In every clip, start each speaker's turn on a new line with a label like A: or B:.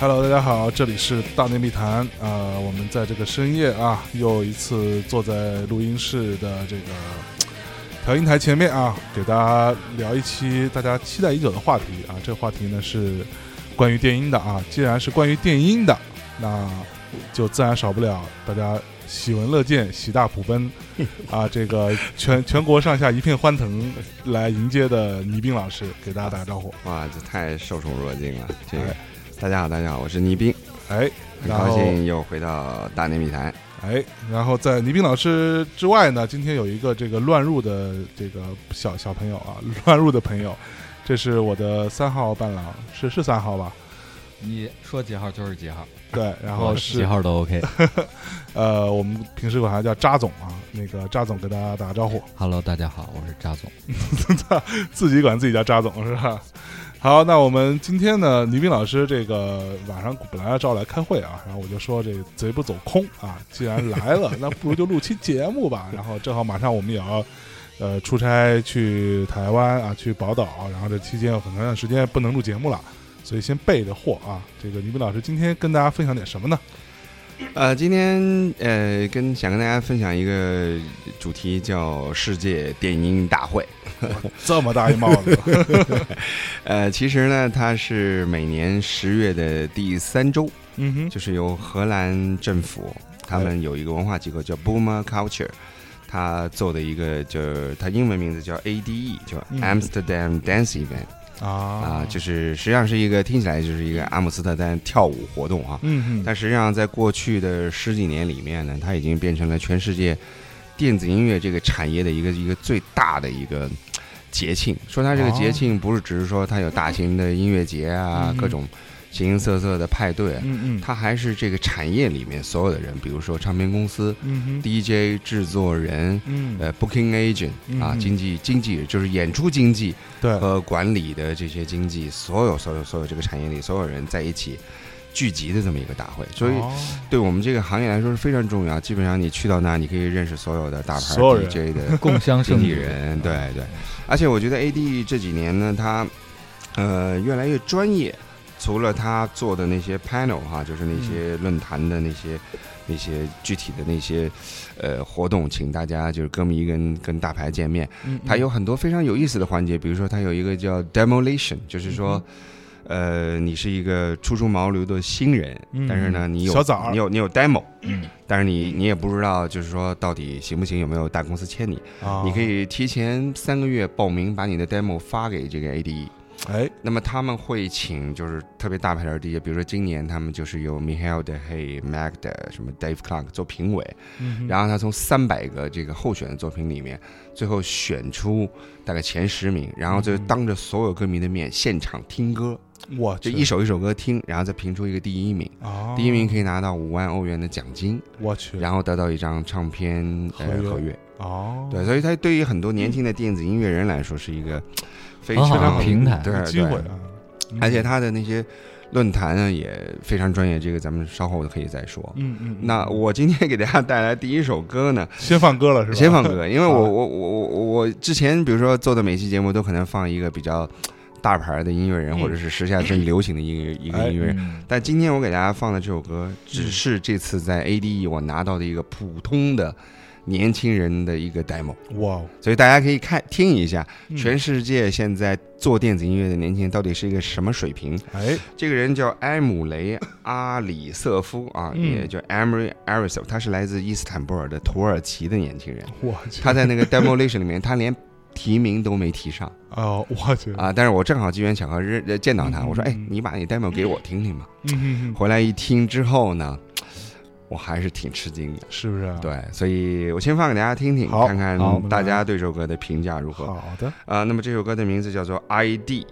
A: Hello，大家好，这里是大内密谈啊、呃我们在这个深夜啊，又一次坐在录音室的这个调音台前面啊，给大家聊一期大家期待已久的话题啊。这个话题呢是关于电音的啊，既然是关于电音的，那就自然少不了大家喜闻乐见、喜大普 奔啊，这个全全国上下一片欢腾来迎接的倪斌老师，给大家打个招呼。
B: 哇，这太受宠若惊了！这个
A: 哎，
B: 大家好，大家好，我是倪斌，
A: 哎，
B: 很
A: 然后
B: 高兴又回到大内密谈。
A: 哎，然后在倪斌老师之外呢，今天有一个这个乱入的这个小小朋友啊， 乱入的朋友，这是我的三号伴郎，是是三号吧？
C: 你说几号就是几号，
A: 对，然
B: 哦
A: 后
C: 几
A: 是
C: 号都 OK。
A: 呃，我们平时管他叫扎总啊，那个扎总给大家打个招呼，
C: Hello，大家好，我是扎 总。
A: 自己管自己叫扎总是吧？ 好，那我们今天呢，倪斌老师这个晚上本来要找我来开会啊，然后我就说这贼不走空啊，既然来了，那不如就录期节目吧。然后正好马上我们也要呃出差去台湾啊，去宝岛，然后这期间有很长一段时间不能录节目了，所以先备着货啊。这个倪斌老师今天跟大家分享点什么呢？
B: 呃，今天呃，跟想跟大家分享一个主题，叫世界电音大会。
A: 这么大一帽子，
B: 呃，其实呢，它是每年十月的第三周，
A: 嗯哼，
B: 就是由荷兰政府他
A: 哎
B: 们有一个文化机构叫 Boomer Culture，它做的一个就是它英文名字叫 ADE，叫
A: 嗯
B: Amsterdam Dance Event。
A: 啊
B: 啊，就是是实际上是一个听起来就是一个阿姆斯特丹跳舞活动啊，
A: 嗯哼，
B: 但实际上在过去的十几年里面呢，它已经变成了全世界电子音乐这个产业的一个一个最大的一个节庆。说它这个节庆，不是只是说它有大型的音乐节啊，
A: 嗯
B: 各种形形色色的派对啊，
A: 嗯嗯，
B: 它还是这个产业里面所有的人，比如说唱片公司、
A: 嗯哼，
B: DJ、制作人。
A: 嗯
B: 呃，booking agent 啊，
A: 嗯
B: 经纪经纪就是演出经纪，
A: 对，
B: 和管理的这些经济，所有所有所有这个产业里所有人在一起聚集的这么一个大会，所以
A: 哦
B: 对我们这个行业来说是非常重要。基本上你去到那，你可以认识所有的大牌
A: 所有人
B: DJ 的
C: 共襄
B: 经
C: 盛
B: 纪
C: 举，
B: 人，对对。而且我觉得 AD 这几年呢，他呃越来越专业，除了他做的那些 panel 哈，就是那些论坛的那些。那些具体的那些，呃，活动，请大家就是歌迷跟跟大牌见面，
A: 嗯嗯
B: 它有很多非常有意思的环节，比如说它有一个叫 demolition，就是
A: 嗯
B: 说，呃，你是一个初出茅庐的新人，
A: 嗯
B: 但是呢，你有
A: 小崽儿嗯
B: 你有你有 demo，但是你你也不知道，就是说到底行不行，有没有大公司签你，
A: 啊
B: 你可以提前三个月报名，把你的 demo 发给这个 ADE。
A: 哎，
B: 那么他们会请就是特别大牌的 DJ，比如说今年他们就是有 Michael De Hay、Magda 什么 Dave Clark 做评委，
A: 嗯
B: 然后他从三百个这个候选的作品里面，最后选出大概前十名，然后就当着所有歌迷的面现场听歌，
A: 后我
B: 就
A: 去
B: 一首一首歌听，然后再评出一个第一名。
A: 啊，
B: 第一名可以拿到五万欧元的奖金，
A: 我去，
B: 然后得到一张唱片
A: 合
B: 呃
A: 约
B: 合约。
A: 哦，
B: 对，，所以它对于很多年轻的电子音乐人来说是一个非
C: 很好
B: 常
A: 哦
C: 的平台
B: 对
A: 机会啊，
B: 对而且他的那些论坛呢也非常专业，这个咱们稍后可以再说。
A: 嗯嗯，
B: 那我今天给大家带来第一首歌呢，
A: 先放歌了是吧？
B: 先放歌，因 为
A: 好
B: 我我我我我之前比如说做的每期节目都可能放一个比较大牌的音乐人，
A: 嗯
B: 或者是时下正流行的一个一
A: 哎嗯
B: 个音乐人。
C: 嗯
B: 但今天我给大家放的这首歌，只是这次在 ADE 我拿到的一个普通的年轻人的一个 demo，
A: 哇哦，
B: 所以大家可以看听一下，
A: 嗯
B: 全世界现在做电子音乐的年轻人到底是一个什么水平。
A: 哎，
B: 这个人叫埃姆雷·阿里瑟夫啊，
A: 嗯
B: 也叫 Emery a r i s o 他是来自伊斯坦布尔的土耳其的年轻人。
A: 我去，
B: 他在那个 Demolition 里面，他连提名都没提上
A: 哦，我去，
B: 啊！但是我正好机缘巧合认呃见到他，
A: 嗯
B: 我说：“哎
A: 嗯，
B: 你把你 demo 给我听听吧。
A: 嗯嗯，嗯”
B: 回来一听之后呢，我还是挺吃惊的。
A: 是不是啊？，
B: 对，所以我先放给大家听听，
A: 好
B: 看看
A: 好我们来
B: 大家对这首歌的评价如何啊、
A: 好的，
B: 那么这首歌的名字叫做《ID》。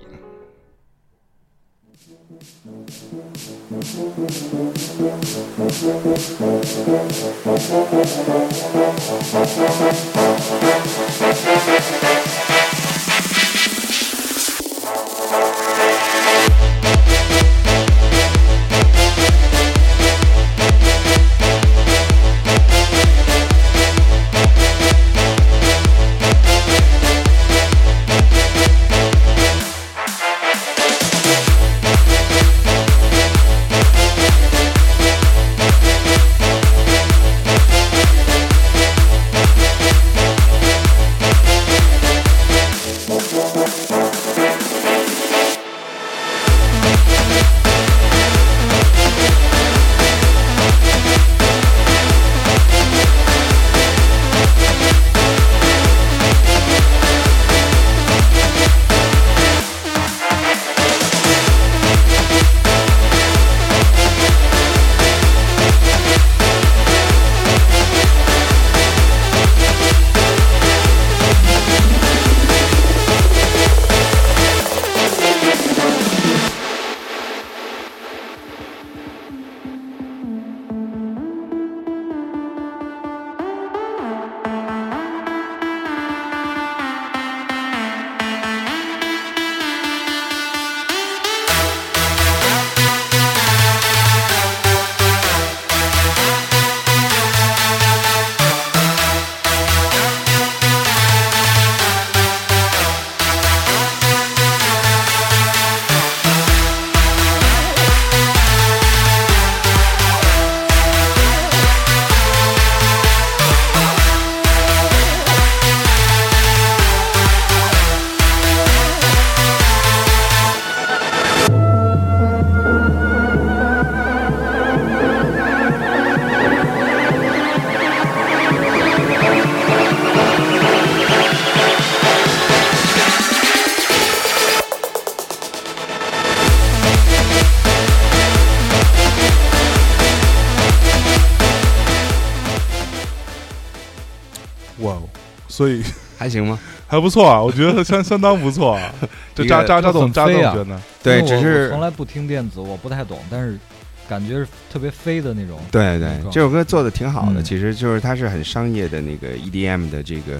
D: Thank
A: 所以
B: 还行吗？
A: 还不错啊，我觉得相相 当不错 啊。这
B: 一
A: 扎
B: 个
A: 扎扎
C: 就
A: 总
C: 很
A: 扎总
C: 飞啊
A: 觉得，
B: 对，
C: 因为
B: 只
C: 我我
B: 是嗯
C: 从来不听电子，我不太懂，但是感觉是特别飞的那种。
B: 对对
C: 没，错
B: 这首歌做的挺好的，
C: 嗯
B: 其实就是它是很商业的那个 EDM 的这个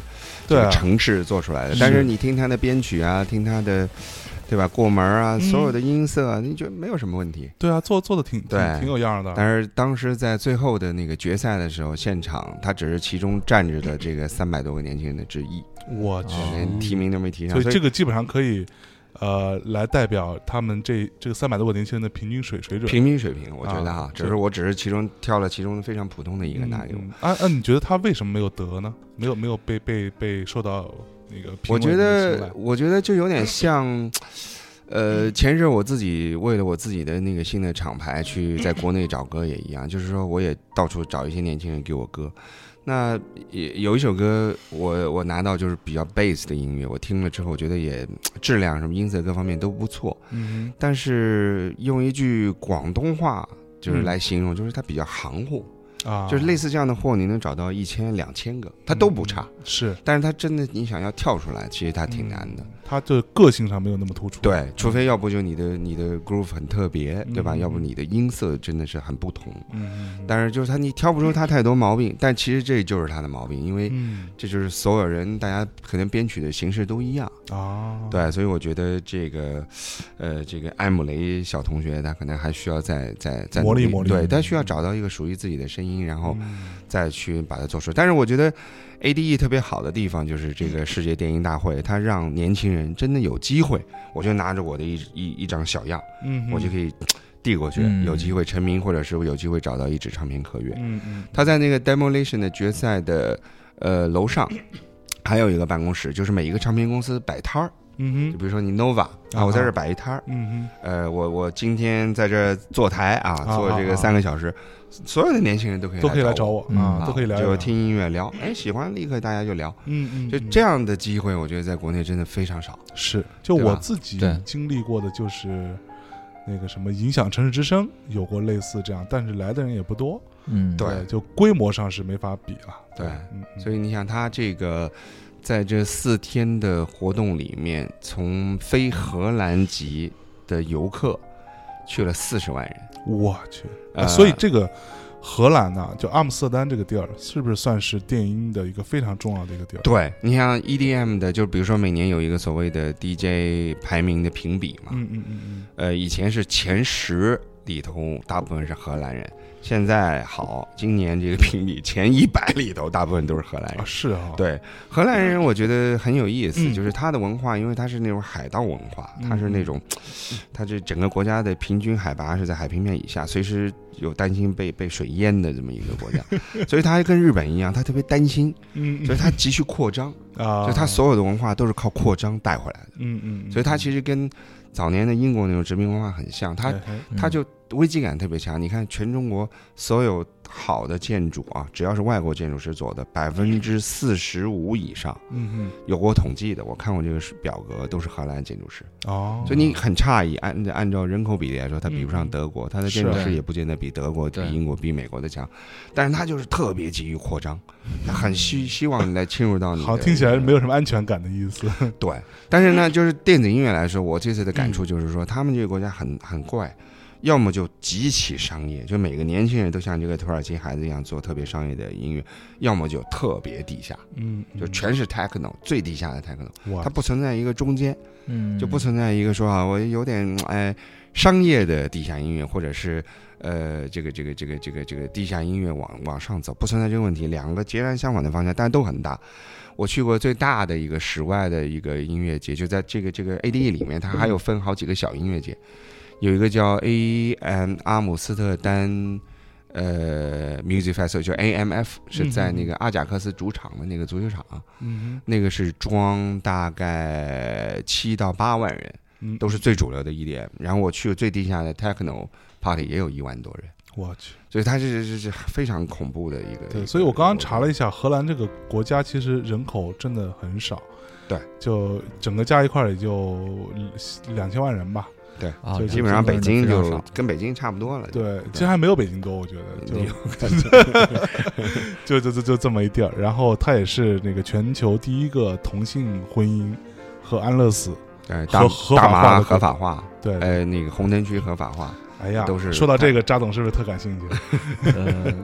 B: 这
A: 对啊
B: 个城市做出来的，
A: 是
B: 但是你听它的编曲啊，听它的对吧过门啊，
A: 嗯
B: 所有的音色啊，你觉得没有什么问题。
A: 对啊，做做的挺挺
B: 对
A: 挺有样儿的。
B: 但是当时在最后的那个决赛的时候，现场他只是其中站着的这个三百多个年轻人的之一，
A: 我去，嗯
C: 哦
B: 连啊提名都没提上
A: 所，以
B: 所以
A: 这个基本上可以，呃，来代表他们这这个三百多个年轻人的平均水水准。
B: 平均水平，我觉得
A: 啊
B: 哈，
A: 这
B: 只是我只是其中挑了其中非常普通的一个纳入。
A: 嗯啊啊！你觉得他为什么没有得呢？没有没有被被被受到那个评
B: 我
A: 委
B: 觉
A: 的青睐
B: 得，我觉得就有点像，呃，前一阵我自己为了我自己的那个新的厂牌去在国内找歌也一样，就是说我也到处找一些年轻人给我歌。那也有一首歌我，我拿到就是比较 bass 的音乐，我听了之后，我觉得也质量什么音色各方面都不错，
A: 嗯
B: 但是用一句广东话就是
A: 嗯
B: 来形容，就是它比较行货，
A: 哼啊，
B: 就是类似这样的货，你能找到一千两千个，它都不差。
A: 嗯是
B: 但是它真的你想要跳出来，其实它挺难的。，
A: 嗯他就个性上没有那么突出。
B: 对，除非要不就你的你的 groove 很特别，对吧？
A: 嗯
B: 要不你的音色真的是很不同。
A: 嗯，嗯，
B: 但是就是他，你挑不出他太多毛病，但其实这就是他的毛病，因为
A: 嗯
B: 这就是所有人大家可能编曲的形式都一样。
A: 啊，
B: 对，所以我觉得这个，呃，这个艾姆雷小同学他可能还需要再再再
A: 磨砺
B: 努力
A: 磨砺
B: 对，他需要找到一个属于自己的声音，然后
A: 嗯
B: 再去把它做出来。但是我觉得 ADE 特别好的地方就是这个世界电音大会，它让年轻人真的有机会。我就拿着我的一一一张小样，
A: 嗯，
B: 我就可以递过去，
C: 嗯
B: 有机会成名，或者是有机会找到一纸唱片合约。
A: 嗯嗯
B: 他在那个 Demolition 的决赛的呃楼上。还有一个办公室，就是每一个唱片公司摆摊儿，
A: 嗯
B: 就
A: 哼
B: 比如说你 Nova
A: 啊
B: 啊，我在这儿摆一摊儿，
A: 嗯
B: 呃，我我今天在这儿坐台啊
A: 啊，
B: 坐这
A: 啊啊
B: 个三个小时，所有的年轻人都可以
A: 哼，都可以来
B: 来
A: 找我
C: 嗯
A: 啊，
B: 啊
A: 都可以聊一
B: 就
A: 聊，
B: 听音乐聊，哎，喜欢立刻大家就聊，
A: 嗯嗯，
B: 就
A: 嗯
B: 这样的机会，我觉得在国内真的非常少。
A: 是，就
B: 对吧
A: 我自己
C: 对
A: 经历过的就是那个什么影响城市之声有过类似这样，但是来的人也不多，
C: 嗯，
B: 对
A: 就规模上是没法比了。
B: 对
A: 嗯，嗯
B: 所以你想，他这个在这四天的活动里面，从非荷兰籍的游客去了四十万人，
A: 我去，啊
B: 呃
A: 所以这个荷兰呐，就阿姆斯特丹这个地儿，是不是算是电音的一个非常重要的一个地儿？
B: 对你像 EDM 的，就比如说每年有一个所谓的 DJ 排名的评比嘛，
A: 嗯嗯嗯嗯，
B: 呃，以前是前十里头大部分是荷兰人，现在好，今年这个评比前一百里头大部分都是荷兰
A: 啊
B: 人。
A: 是哈，，
B: 哎对荷兰人，我觉得很有意思，
A: 嗯
B: 就是他的文化，因为他是那种海盗文化，
A: 嗯
B: 他是那种，他这整个国家的平均海拔是在海平面以下，随时有担心被被水淹的这么一个国 家，所以他还跟日本一样，他特别担心，
A: 嗯，
B: 所以他急需扩张，
A: 他啊，
B: 就他所有的文化都是靠扩张带回来的，
A: 嗯，嗯嗯，
B: 所以他其实跟早年的英国那种殖民文化很像，他
A: 哎哎
C: 嗯
B: 它就危机感特别强。你看，全中国所有好的建筑啊，只要是外国建筑师做的，百分之四十五以上，
A: 嗯
B: 有过统计的，我看过这个是表格，都是荷兰建筑师。
A: 嗯哦，
B: 所以你很诧异，按按照人口比例来说，它比不上德国，它的建筑
A: 是
B: 师也不见得比德国、比
C: 对
B: 英国、比美国的强，但是它就是特别急于扩张，它很希希望你来侵入到你的。
A: 好像听起来没有什么安全感的意思。
B: 对，但是呢，就是电子音乐来说，我这次的感触就是说，他们这个国家很很怪，要么就极其商业，就每个年轻人都像这个土耳其孩子一样做特别商业的音乐，要么就特别地下，
A: 嗯，
B: 就
A: 嗯
B: 全是 techno 最地下的 techno，
A: 哇
B: 它不存在一个中间，
C: 嗯
B: 就不存在一个说啊，我有点哎商业的地下音乐，或者是呃这个这个这个这个这个地下音乐往往上走，不存在这个问题，两个截然相反的方向，但都很大。我去过最大的一个室外的一个音乐节，就在这个这个 ADE 里面，它还有分好几个小音乐节，有一个叫 AM 阿姆斯特丹。呃，Music Festival 就 AMF 是在那个阿贾克斯主场的那个足球场，
A: 嗯
B: 那个是装大概七到八万人，
A: 嗯
B: 都是最主流的 EDM。然后我去最地下的 Techno Party 也有一万多人，
A: 我去，
B: 所以它是是是非常恐怖的一个。一
A: 对，
B: 个
A: 所以我刚刚查了一
B: 一
A: 下，荷兰这个国家其实人口真的很少，
B: 对，
A: 就整个加一块儿也就两千万人吧，
B: 个对
C: 啊
A: 所以，
B: 基本上北京
C: 非常
B: 就
C: 少
B: 跟北京差不多了。
A: 对，其实还没有北京多，我觉得就
B: 有
A: 就就就就这么一地儿。然后它也是那个全球第一个同性婚姻和安乐死，
B: 对，呃大
A: 合合
B: 大
A: 法化
B: 麻
A: 的
B: 合法化，
A: 对，
B: 呃，那个红灯区合法 化，
A: 哎呀，
B: 都是
A: 说到这个，扎总是不是特感 兴趣？
C: 呃，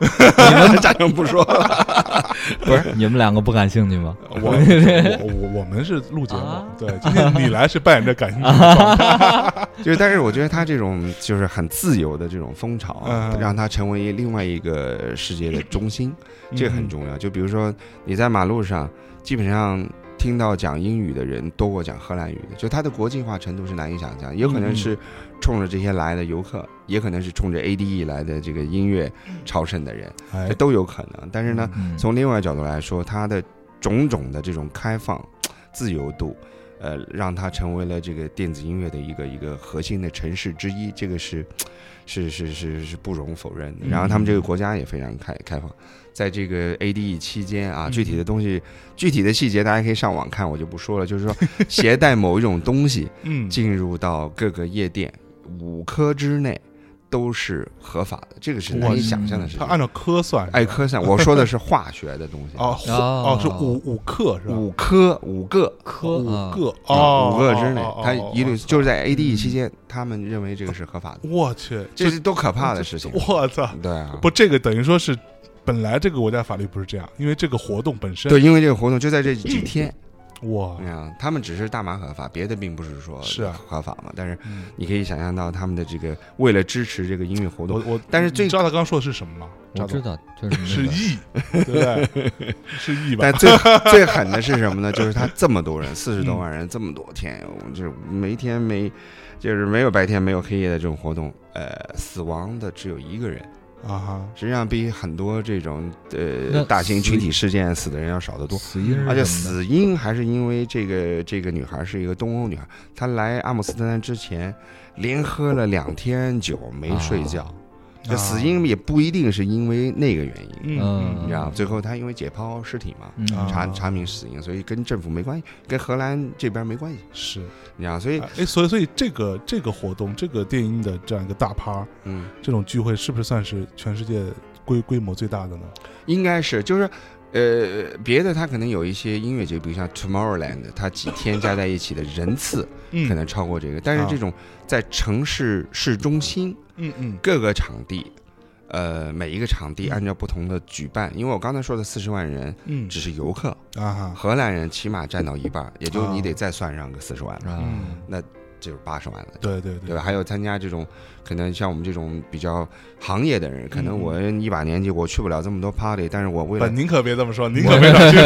B: 你 们家长不说了，
C: 不是 你们两个不感兴趣吗？
A: 我我我我们是录节目，
C: 啊
A: 对，今天你来是扮演着感兴趣 的状态，
B: 就是但是我觉得他这种就是很自由的这种风潮啊，
A: 嗯
B: 让它成为另外一个世界的中心，
A: 嗯
B: 这个很重要。就比如说你在马路上，基本上。听到讲英语的人多过讲荷兰语的，就它的国际化程度是难以想象。有可能是冲着这些来的游客，也可能是冲着 ADE 来的这个音乐朝圣的人，
A: 哎
B: 这，都有可能。但是呢，
C: 嗯，
B: 从另外角度来说，它的种种的这种开放、自由度，呃，让它成为了这个电子音乐的一个一个核心的城市之一，这个是是是是是不容否认的。
C: 嗯
B: 然后他们这个国家也非常开开放，在这个 ADE 期间啊，
A: 嗯
B: 具体的东西、具体的细节大家可以上网看，我就不说了。就是说，携带某一种东西
A: 嗯，
B: 进入到各个夜店，五颗之内都是合法的，这个是难
A: 哇
B: 以想象的事
A: 他
B: 情。
A: 按照科算是吧，
B: 艾 科散，我说的是化学的东西
A: 哦哦是五五克是吧？
B: 五颗五个
C: 科
A: 五
C: 啊
A: 个哦，
B: 五个之内
A: 哦，。
B: 他一律就
A: 哦哦哦
B: 是在 ADE 期间，他们认为这个是合法的，
A: 我去，
B: 这是多可怕的事情！
A: 我操！
B: 对啊，
A: 不，这个等于说是本来这个国家法律不是这样，因为这个活动本身，
B: 对，因为这个活动就在这几天，
A: 嗯哇，
B: 啊，他们只是大麻合法，别的并不是说
A: 是啊
B: 合法嘛。但是
A: 嗯
B: 你可以想象到他们的这个为了支持这个音乐活
A: 我
B: 动，
A: 我，
B: 但是最
A: 你知道他刚刚说的是什么吗？
C: 我知道，就是
A: 是
C: 那 个
A: 亿，对不对？是亿吧
B: 但？最最狠的是什么呢？就是他这么多人，四十
C: 嗯
B: 多万人，这么多天，我们就是每天没，就是没有白天没有黑夜的这种活动，呃，死亡的只有一个人。
A: 啊哈，
B: 实际上比很多这种呃
C: 那
B: 大型
C: 死
B: 群体事件死的人要少得多，
C: 死因是
B: 而且
C: 什么的
B: 死因还是因为这个这个女孩是一个东欧女孩，她来阿姆斯特丹之前连喝了两天酒没睡觉，
C: 啊
B: 这死因也不一定是因为那个原因，
A: 嗯
C: 嗯
B: 你知道吗？最后她因为解剖尸体嘛，
C: 嗯
A: 啊
B: 查查明死因，所以跟政府没关系，跟荷兰这边没关系，
A: 是，
B: 你知道吗，所以
A: 哎，所以所以这个这个活动，这个电音的这样一个大趴，
B: 嗯，
A: 这种聚会是不是算是全世界规规模最大的呢？
B: 应该是就是。呃，别的它可能有一些音乐节，比如像 Tomorrowland，它几天加在一起的人次可
A: 嗯
B: 能超过这个。但是
A: 啊
B: 这种在城市市中心
A: 嗯嗯，
B: 各个场地，呃，每一个场地
A: 嗯
B: 按照不同的举办，因为我刚才说的四十万人
A: 嗯
B: 只是游客，
A: 啊哈，
B: 荷兰人起码占到一半儿，也就
A: 啊
B: 你得再算上个四十万吧，
C: 啊
A: 嗯，
B: 就是八十万了。
A: 对对
B: 对
A: 对，
B: 吧？还有参加这种，可能像我们这种比较行业的人，可
A: 嗯
B: 能我一把年纪我去不了这么多 party，但是我为
A: 不，
B: 了
A: 您可别这么说，您可别上去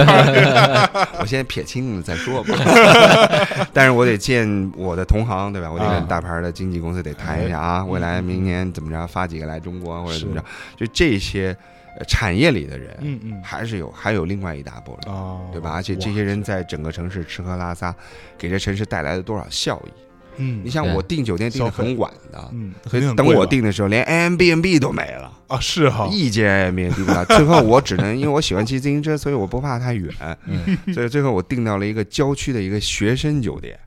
B: 我先撇清了再说吧。 但是我得见我的同行，对吧？我得
A: 啊哎嗯
B: 跟大牌的经纪公司得谈一下啊，未来明年怎么着发几个来中国或者怎么着，就这些呃产业里的 人
A: 嗯嗯
B: 还是有，还有另外一大波人，
A: 啊，
B: 对吧？而且这些人在整个城市吃喝拉撒，给这城市带来了多少效益？
A: 嗯，
B: 你像我订酒店订的
A: 消费
B: 很晚的。
A: 嗯，
B: 所
A: 肯定
B: 以
A: 很
B: 等
A: 贵
B: 我
A: 吧
B: 订的时候，连 Airbnb 都没了，
A: 啊，是哈，
B: 一间 Airbnb 都没了。最后我只能，因 为我喜欢骑自行车，所以我不怕太远，
C: 嗯
B: 所以最后我订到了一个郊区的一个学生酒店，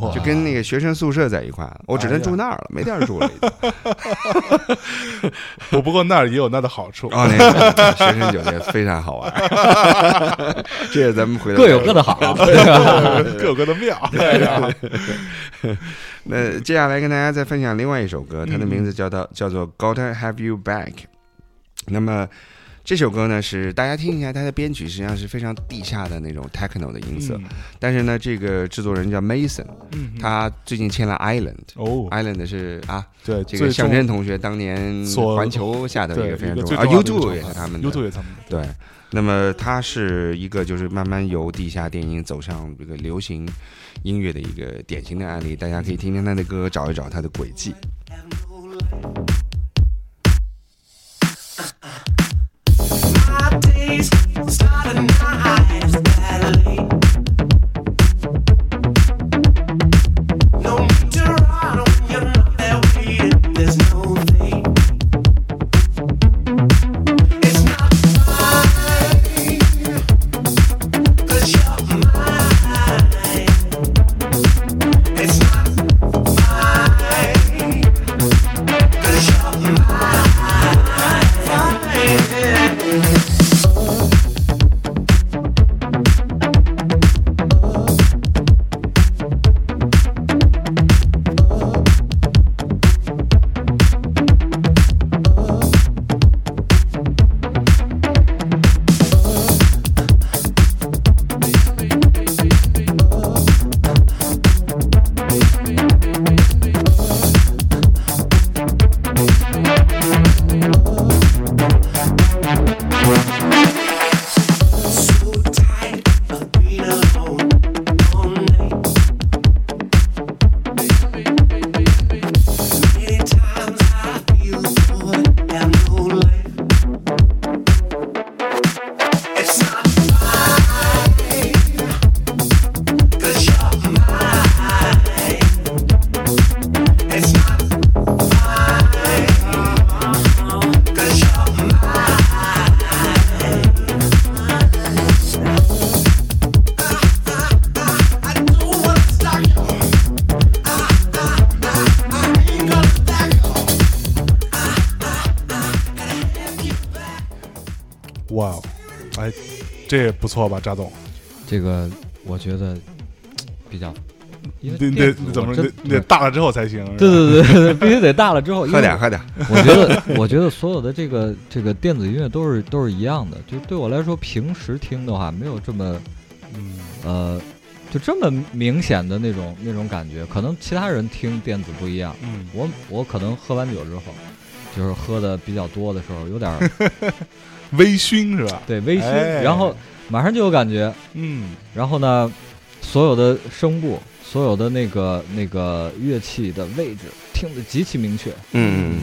A: 哇，
B: 就跟那个学生宿舍在一块儿，我只能住那儿了，没地儿住了已经。
A: 我不过那儿也有那儿的好处，
B: 哦，那个学生酒店非常好玩， 这是咱们回到
C: 各有各 的好，啊
A: 各有各的妙。对呀
B: 那接下来跟大家再分享另外一首歌，它的
A: 嗯
B: 名字叫到叫做《Gotta Have You Back》。那么这首歌呢，是大家听一下它的编曲，实际上是非常地下的那种 techno 的音色。但是呢，这个制作人叫 Mason，
A: 嗯
B: 他最近签了 Island。
A: 哦，
B: Island 是啊，
A: 对，
B: 这
A: 最
B: 个象
A: 重
B: 征同学当年
A: 所
B: 环球下的
A: 对
B: 一个非常
A: 一个
B: 重
A: 最
B: 要，啊
A: 重要的一个
B: ，YouTube 也
A: 厂
B: 是
A: 牌
B: 他们的，
A: ，YouTube 也他们的
B: 对。那么它是一个就是慢慢由地下电影走向这个流行音乐的一个典型的案例，大家可以听听他的歌，找一找他的轨迹。
D: My days start at night that late. No need to run when you're not there waiting. There's no thing. It's not mine, 'cause you're mine. It's not
A: 哇，哎，这也不错吧，扎总？
C: 这个我觉得比较，因为
A: 你得
C: 电子
A: 你怎么
C: 我
A: 你
C: 真
A: 得你得大了之后才行。
C: 对对对对，必须得大 了之后，因为
B: 喝点喝点，
C: 我觉得，我觉得所有的这个这个电子音乐都是都是一样的。就对我来说，平时听的话，没有这么
A: 嗯，
C: 呃，就这么明显的那种那种感觉。可能其他人听电子不一样，
A: 嗯
C: 我我可能喝完酒之后，就是喝的比较多的时候，有点儿
A: 微醺是吧？
C: 对微醺，
A: 哎
C: 然后马上就有感觉。
A: 嗯
C: 然后呢，所有的声部，所有的那个那个乐器的位置，听得极其明确，
B: 嗯，嗯嗯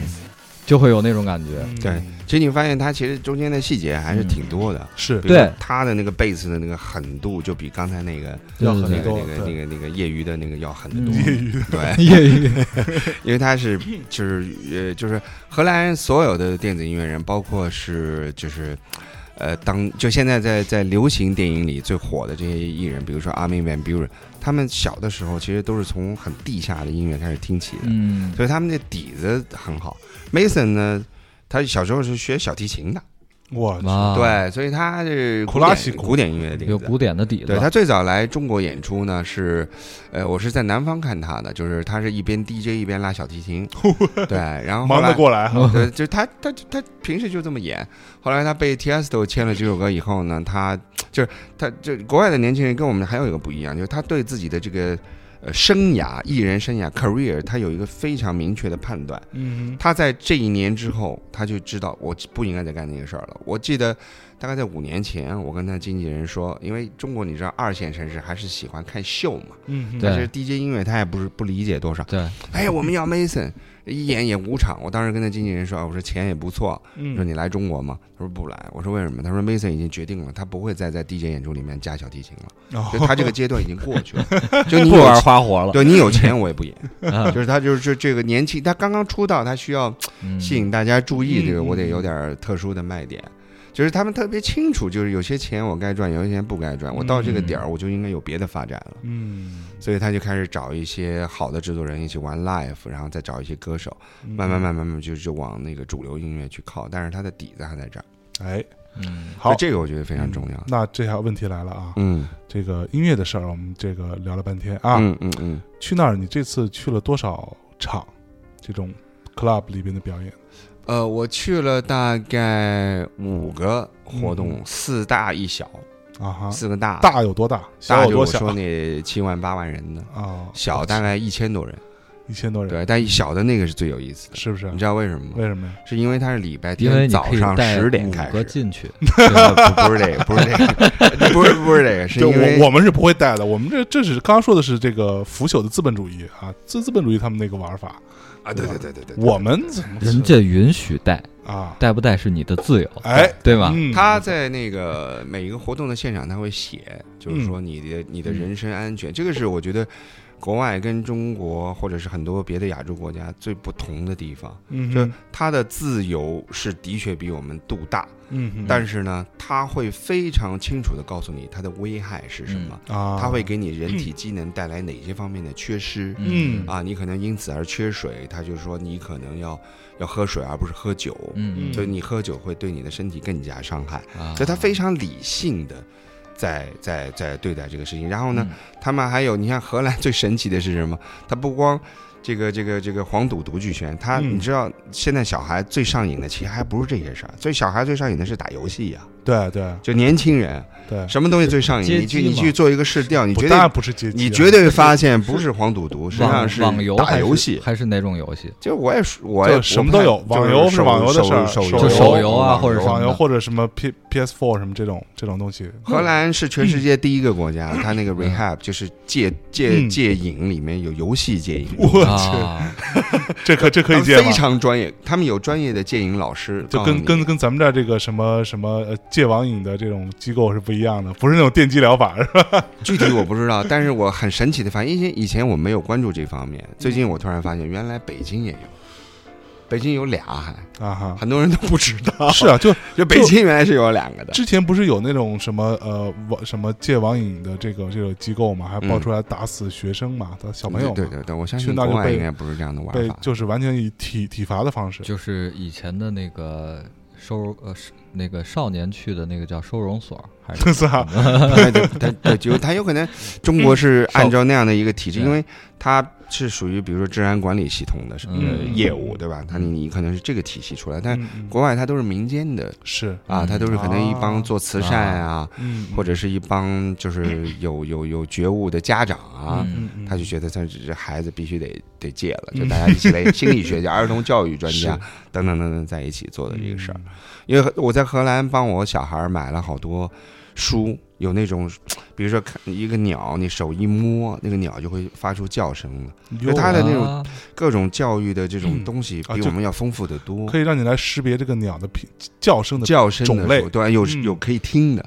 C: 就会有那种感觉。
B: 对，其实你发现它其实中间的细节还是挺多的。
A: 嗯是
B: 比如
C: 对
B: 它的那个贝斯的那个狠度就比刚才那个
A: 要
C: 对
A: 很
B: 那
C: 对
B: 个
A: 多
B: 那个
A: 对
B: 那个那个业余的那个要狠得
C: 嗯
B: 多。
A: 业余的
B: 对，
C: 对，业余
B: 因为他是就是呃就是荷兰所有的电子音乐人，包括是就是。呃，当就现在在在流行电影里最火的这些艺人，比如说阿明 Van Buren，他们小的时候其实都是从很地下的音乐开始听起的，
C: 嗯，
B: 所以他们的底子很好。Mason 呢，他小时候是学小提琴的，
A: 我去
C: 啊，，
B: 对，所以他是古
A: 拉
B: 典
A: 西古
B: 古典音乐的底
C: 有
B: 子，
C: 古典的底子。
B: 对他最早来中国演出呢是，呃，我是在南方看他的，就是他是一边 DJ 一边拉小 提琴，对，然后后
A: 忙得
B: 来
A: 过来哈。
B: 对，就是他他他平时就这么演。后来他被 Tiesto 签了这首歌以后呢，他就是他就国外的年轻人跟我们还有一个不一样，就是他对自己的这个呃生涯、艺人生涯 career，他有一个非常明确的判断。
A: 嗯
B: 他在这一年之后，他就知道我不应该再干那个事儿了。我记得大概在五年前，我跟他经纪人说，因为中国你知道二线城市还是喜欢看秀嘛，
A: 嗯，
C: 对
B: 但是 DJ 音乐他也不是不理解多少。
C: 对，
B: 哎，我们要 Mason 一演演五场，我当时跟他经纪人说，啊我说钱也不错，说
A: 嗯，
B: 你来中国吗？他说不来，我说为什么？他说 Mason 已经决定了，他不会再在 DJ 演出里面加小提 琴了，
A: 然后
B: 就他这个阶段已经过去了，就你
C: 不
B: 有
C: 玩
B: 钱
C: 花活了，
B: 对你有钱我也不 演，
C: 啊
B: 就是他就是这个年轻，他刚刚出道，他需要。
C: 嗯
B: 吸引大家注意，这个
A: 嗯
B: 我得
A: 嗯
B: 有点儿特殊的卖点。就是他们特别清楚，就是有些钱我该赚，有些钱不该赚。我到这个点儿，我就应该有别的发展了。
A: 嗯，
B: 所以他就开始找一些好的制作人一起玩 live，然后再找一些歌手，
A: 嗯
B: 慢慢慢慢慢就就往那个主流音乐去靠。但是他的底子还在这儿，
A: 哎，
C: 嗯
A: 好
B: 所以，这个我觉得非常重要。
A: 那这下问题来了啊，
B: 嗯
A: 这个音乐的事儿我们这个聊了半天啊，
B: 嗯嗯嗯，
A: 去那儿你这次去了多少场这种 club 里边的表演？
B: 呃，我去了大概五个活动，
A: 嗯
B: 四大一小，
A: 啊哈，
B: 四个大
A: 大有多大？小
B: 大
A: 有
B: 就
A: 多
B: 我
A: 小？
B: 说那七万八万人的，
A: 啊，
B: 小大概一千多人。
A: 一千多人，
B: 对，但小的那个是最有意思的，
A: 是不是
B: 你？知道为什么吗？
A: 为什么呀？
B: 是因为它是礼拜
C: 因为
B: 天
C: 你
B: 早
C: 可以
B: 上
C: 带
B: 十点
C: 五
B: 开
C: 个
B: 始，
C: 进去，
B: 不不是这个，不是这个，不是不是这个，是
A: 对，
B: 因为
A: 我我们是不会带的，我们这这是刚刚说的是这个腐朽的资本主义啊，资资本主义他们那个玩法，
B: 啊，对对对对对，
A: 我们怎么
C: 人家允许带，
A: 啊？
C: 带不带是你的自由，
B: 啊
A: 哎，
C: 对吧？
A: 嗯
B: 他在那个每一个活动的现场，他会写，就是
C: 嗯
B: 说你的你的人身安全，这个是我觉得国外跟中国或者是很多别的亚洲国家最不同的地方，
A: 嗯
B: 就
A: 哼
B: 它的自由是的确比我们度大，
A: 嗯哼，
B: 但是呢，他会非常清楚的告诉你它的危害是
C: 嗯
B: 什么。
A: 啊，
B: 它会给你人体机能带来哪些方面的缺失
A: 嗯
B: 啊？你可能因此而缺水，它就说你可能要要喝水而不是喝酒，
C: 嗯
B: 所以你喝酒会对你的身体更加伤害。
C: 啊，
B: 所以它非常理性的在在在对待这个事情。然后呢，
C: 嗯
B: 他们还有你看荷兰最神奇的是什么？它不光这个这个这个黄赌毒俱全，它
A: 嗯
B: 你知道现在小孩最上瘾的其实还不是这些事儿，所以小孩最上瘾的是打游戏呀、
A: 对对
B: 就年轻人
A: 对，
B: 什么东西最上瘾？
C: 街
B: 你去
C: 机
B: 你
C: 嘛
B: 去做一个试调，你
A: 不
B: 绝
A: 当
B: 对
A: 然不是阶级啊，
B: 你绝对发现不是黄赌 毒，实际上
C: 网
B: 是
C: 网游
B: 打
C: 还是
B: 游戏。
C: 还是哪种游 戏？
B: 就我也是我也
A: 就什么都有
B: 我不太
A: 网游
B: 就是
A: 是网游的事儿
B: 手
A: 手
B: 游
A: 游就手
C: 游啊或者什么
A: 网嗯游
C: 的
A: 或者什么 P P S Four 什么这种这种东 西，
B: 荷兰是全世界第一个国家，它那个
C: 嗯
B: rehab 就是戒戒
A: 嗯
B: 戒瘾里面有游戏戒瘾，
A: 我去，
C: 啊，
A: 这可这可
B: 他
A: 以
B: 们
A: 戒吗
B: 非？常专业，他们有专业的戒瘾老师，
A: 就
B: 告诉
A: 跟
B: 你
A: 跟跟咱们这儿这个什么什么呃戒网瘾的这种机构是不一样的，不是那种电击疗法，是吧？
B: 具体我不知道，但是我很神奇的发现，因为以前我没有关注这方面，最近我突然发现原来北京也有，北京有俩还，
A: 啊哈，
B: 很多人都不知 道，
A: 是啊，就
B: 就北京原来是有两个的，
A: 之前不是有那种什么呃网什么戒网瘾的这个这个机构嘛，还爆出来打死学生嘛，打小朋友嘛，
B: 嗯对对对，我相
A: 去
B: 信
A: 那
B: 国
A: 就
B: 外
A: 被
B: 应该不是这样的玩
A: 被
B: 法。
A: 就是完全以体体罚的方式，
C: 就是以前的那个收呃是那个少年去的那个叫收容所还是
A: 这是啊，
B: 他他 他就他有可能中国是
A: 嗯
B: 按照那样的一个体制，
C: 嗯
B: 因为它是属于比如说治安管理系统的是呃
C: 嗯
B: 业务，对吧？它你你可能是这个体系出来，但
A: 嗯嗯
B: 国外它都是民间的
A: 是，
B: 啊，
C: 嗯
B: 它都是可能一帮做慈善啊，
A: 嗯，
B: 或者是一帮就是有有有觉悟的家长啊。
C: 嗯
A: 嗯，嗯
B: 他就觉得他这这孩子必须得得戒了，就大家一起来心 理学家、儿童教育专家
A: 是
B: 等等等等在一起做的这个事儿。
A: 嗯
B: 因为我在荷兰帮我小孩儿买了好多书，有那种，比如说看一个鸟，你手一摸，那个鸟就会发出叫声了。
A: 哟
B: 他的那种
C: 啊
B: 各种教育的这种
A: 嗯
B: 东西
A: 啊
B: 比
A: 就
B: 我们要丰富的多，
A: 可以让你来识别这个鸟的品叫声的
B: 叫声
A: 种
B: 的
A: 类
B: 手段有
A: 嗯
B: 有可以听的，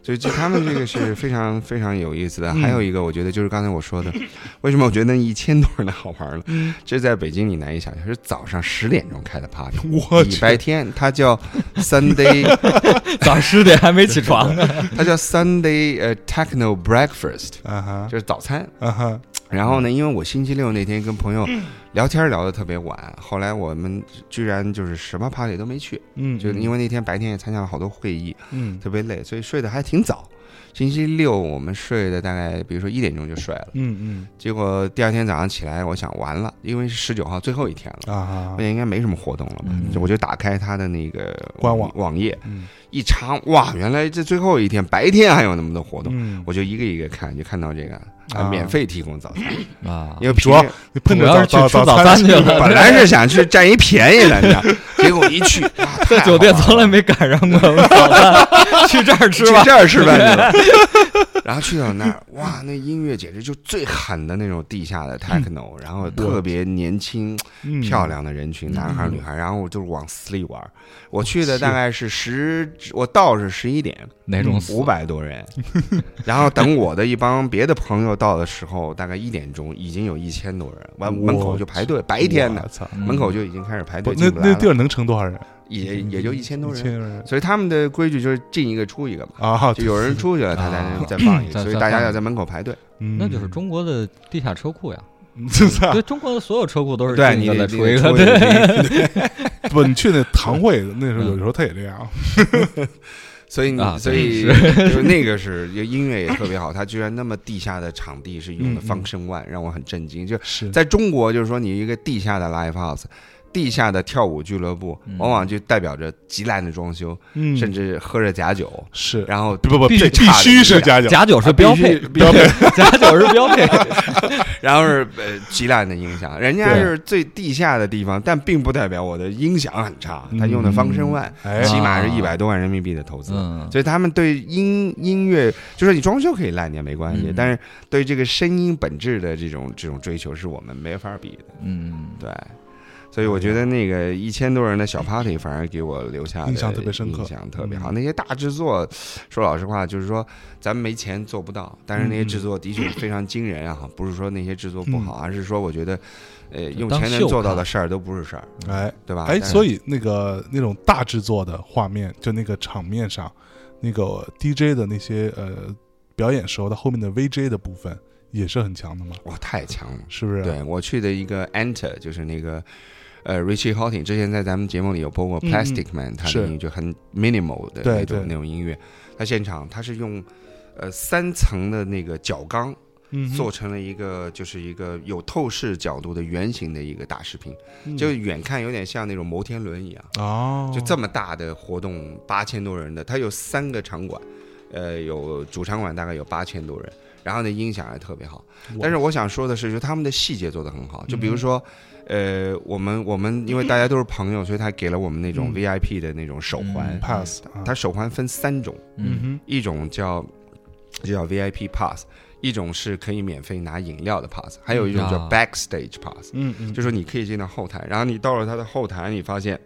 B: 所以就他们这个是非常非常有意思的。
A: 嗯
B: 还有一个，我觉得就是刚才我说的， 为什么我觉得一千多人的好玩呢？
A: 嗯
B: 这在北京你难以想象，是早上十点钟开的 party，
A: 我
B: 礼
A: 去
B: 拜天它叫 Sunday。
C: 早上十点还没起 床呢，
B: 它叫 Sunday 呃 Techno Breakfast，
A: 啊哈
B: 就是早餐。
A: 啊哈，
B: 然后呢，因为我星期六那天跟朋友
A: 嗯
B: 聊天聊得特别晚，后来我们居然就是什么 party 都没去，
A: 嗯，
B: 就因
A: 为
B: 为那天白天也参加了好多会议，
A: 嗯
B: 特别累，所以睡得还挺早。星期六我们睡的大概，比如说一点钟就睡了，
A: 嗯
B: 结果第二天早上起来，我想完了，因为是十九号最后一天了，
A: 嗯啊
B: 那
A: 哈，
B: 应该没什么活动了吧？
C: 嗯
B: 就我就打开他的那个
A: 官网
B: 网页，
A: 嗯
B: 一查，哇，原来这最后一天白天还有那么多活动。
A: 嗯，
B: 我就一个一个看，就看到这个
A: 啊
B: 啊，免费提供早餐，
C: 啊
B: 因为平
A: 主要
B: 时
A: 你碰着
C: 我要是去
A: 早
C: 吃
A: 早
C: 早餐去了
B: 本来是想去占一便宜的，你知道，结果一去，哇
C: 在酒店从来。没赶上过早饭， 去这儿
B: 太
C: 吃
B: 好玩了 去。
C: 吧
B: 这儿吃饭去了，然后去到那儿，哇，那音乐简直就最狠的那种地下的 techno，然后特别年轻
A: 嗯
B: 漂亮的人群，男孩儿女孩儿，然后我就往死里玩儿。我去的大概是十，我到是十一点，
C: 哪种死
B: 五？百多人，然后等我的一帮别的朋友到的时候，大概一点钟已经有一千多人，完
A: 我
B: 门口就排队，白天的
A: 我操，
C: 嗯
B: 门口就已经开始排
A: 不
B: 队
A: 那
B: 进不来
A: 那地
B: 了，
A: 儿能盛多少人？啊
B: 也也就一千多
A: 一
B: 人，
A: 千人
B: 所以他们的规矩就是进一个出一个嘛，
A: 啊，
B: 就有人出去了他才
C: 啊
B: 能再放一个，
C: 再
B: 所以
C: 再
B: 大家
C: 放
B: 要在门口排队。
A: 嗯
C: 那就是，中国的地下车库呀。
A: 是啊
C: 对，中国的所有车库都是
B: 对
C: 进
B: 你
C: 一
B: 得
C: 个
B: 你
C: 再出
B: 得
C: 一个，
B: 出一个
C: 对，
A: 不，你去那堂会那
B: 嗯
A: 时候，有时候他也这样。
B: 所以你、
C: 啊
B: 所以
C: 对
B: 就是那个是音乐也特别好，他居然那么地下的场地是用的
A: 嗯嗯
B: function one，让我很震惊，就是在中国，就是说你一个地下的 live house，地下的跳舞俱乐部，
C: 嗯
B: 往往就代表着极烂的装修，
A: 嗯
B: 甚至哎喝着假酒，
A: 是
B: 然后
A: 不不不，
C: 必须
A: 这必须是家酒，
C: 假酒是标配，
B: 啊必 须必须
C: 假酒是标配。
B: 然后是呃极烂的音响，人家
C: 对
B: 是最地下的地方，但并不代表我的音响很差，他用的
A: 嗯
B: 方声万，
A: 哎
B: 起码是
C: 啊
B: 一百多万人民币的投资。
C: 嗯，
B: 所以他们对音音乐，就是你装修可以烂点没关系，
C: 嗯
B: 但是对这个声音本质的这种这种追求是我们没法比的。
C: 嗯，
B: 对，所以我觉得那个一千多人的小 party 反而给我留下的
A: 哎印象特别深刻嗯
B: 印象特别好。那些大制作，说老实话，就是说咱们没钱做不到，但是那
A: 嗯
B: 些制作的确非常惊人啊！不是说那些制作不好，而是说我觉得，呃，用钱能做到的事儿都不是事儿，
A: 哎
B: 对吧？
A: 哎，所
B: 以
A: 以那个那种大制作的画面，就那个场面上，那个 DJ 的那些呃表演时候，它后面的 VJ 的部分也是很强的嘛，
B: 哇，太强了！
A: 是不是？
B: 对我去的一个 Enter 就是那个。呃，Richie Hawtin 之前在咱们节目里有播过
A: 嗯嗯
B: Plastic Man，、他
A: 是
B: 的那就很 minimal 的
A: 对
B: 那种
A: 对
B: 那种音乐。他现场他是用呃三层的那个角钢
A: 嗯哼，
B: 做成了一个就是一个有透视角度的圆形的一个大视频，
A: 嗯
B: 就远看有点像那种摩天轮一样，
A: 哦，
B: 就这么大的活动，八千多人的，它有三个场馆，呃，有主场馆大概有八千多人，然后呢音响也特别好，
A: 哇嗯
B: 但是我想说的是，就是他们的细节做得很好，就比如说。呃，我们我们因为大家都是朋友，所以他给了我们那种
A: 嗯
B: VIP 的那种手环
C: 嗯，
A: pass，啊
B: 它手环分三种，
C: 嗯，
A: 嗯
B: 一种叫就叫 VIP pass，一种是可以免费拿饮料的 pass，还有一种叫
C: 啊
B: backstage pass，、
A: 哼嗯嗯，
B: 就是说你可以进到后台，然后你到了它的后台，你发现。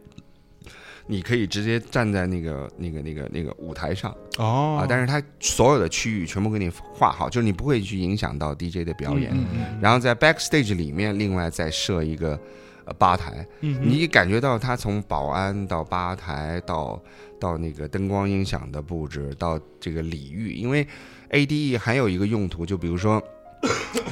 B: 你可以直接站在那个、那个、那个、那个舞台上
A: 哦
B: 啊，但是它所有的区域全部给你画好，就是你不会去影响到 DJ 的表演。
A: 嗯嗯
B: 然后在 backstage 里面，另外再设一个呃吧台，
A: 嗯嗯
B: 你感觉到他从保安到吧台到到那个灯光 E 音响的布置到这个礼遇，因为 ADE 还有一个用途，就比如说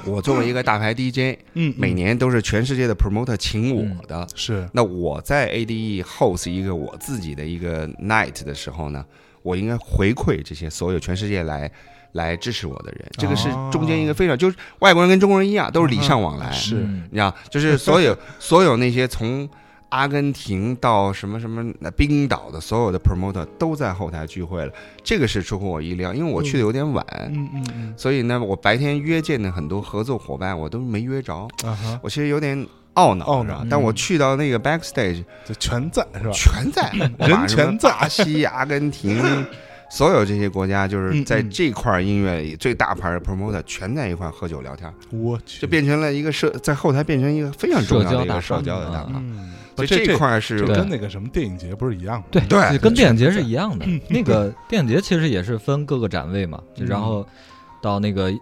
B: 我作为一个大牌 DJ，
A: 嗯，
B: 每年都是全世界的 promoter 请我的，
A: 是
B: 那我在 ADE host 一个我自己的一个 night 的时候呢，我应该回馈这些所有全世界来来支持我的人，这个是
A: 哦
B: 中间一个非常就是外国人跟中国人一样，都是礼尚往来，
A: 是
C: 嗯
B: 你知道，就是所有所有那些从阿根廷到什么什么冰岛的所有的 promoter 都在后台聚会了，这个是出乎我意料，因为我去的有点晚。
A: 嗯嗯嗯
B: 所以呢，我白天约见的很多合作伙伴，我都没约着，
A: 啊哈，
B: 我其实有点懊恼，
A: 懊恼
B: 你知道但我去到那个 backstage，
A: 这全在是吧？
B: 全在，我把
A: 人
B: 什么
A: 全在
B: 巴西、阿 根廷，所有这些国家，就是在
A: 嗯
B: 这块音乐里最大牌的 promoter 全在一块喝酒聊天，
A: 我去，
B: 就变成了一个社，在后台变成一个非常重要的一个
C: 社
B: 社
C: 交
B: 交
C: 大
B: 的
C: 咖
B: 大咖。
A: 嗯，
B: 所以
A: 这
B: 这块是
A: 这
C: 对
A: 跟那个什么电影节不是一样吗？
C: 对
B: 对
C: 就跟
A: 哎对嗯
C: 电影节
A: 全
C: 是
A: 在
C: 一样的。那个电影节其实也是分各个展位嘛，就然
A: 嗯
C: 后到那个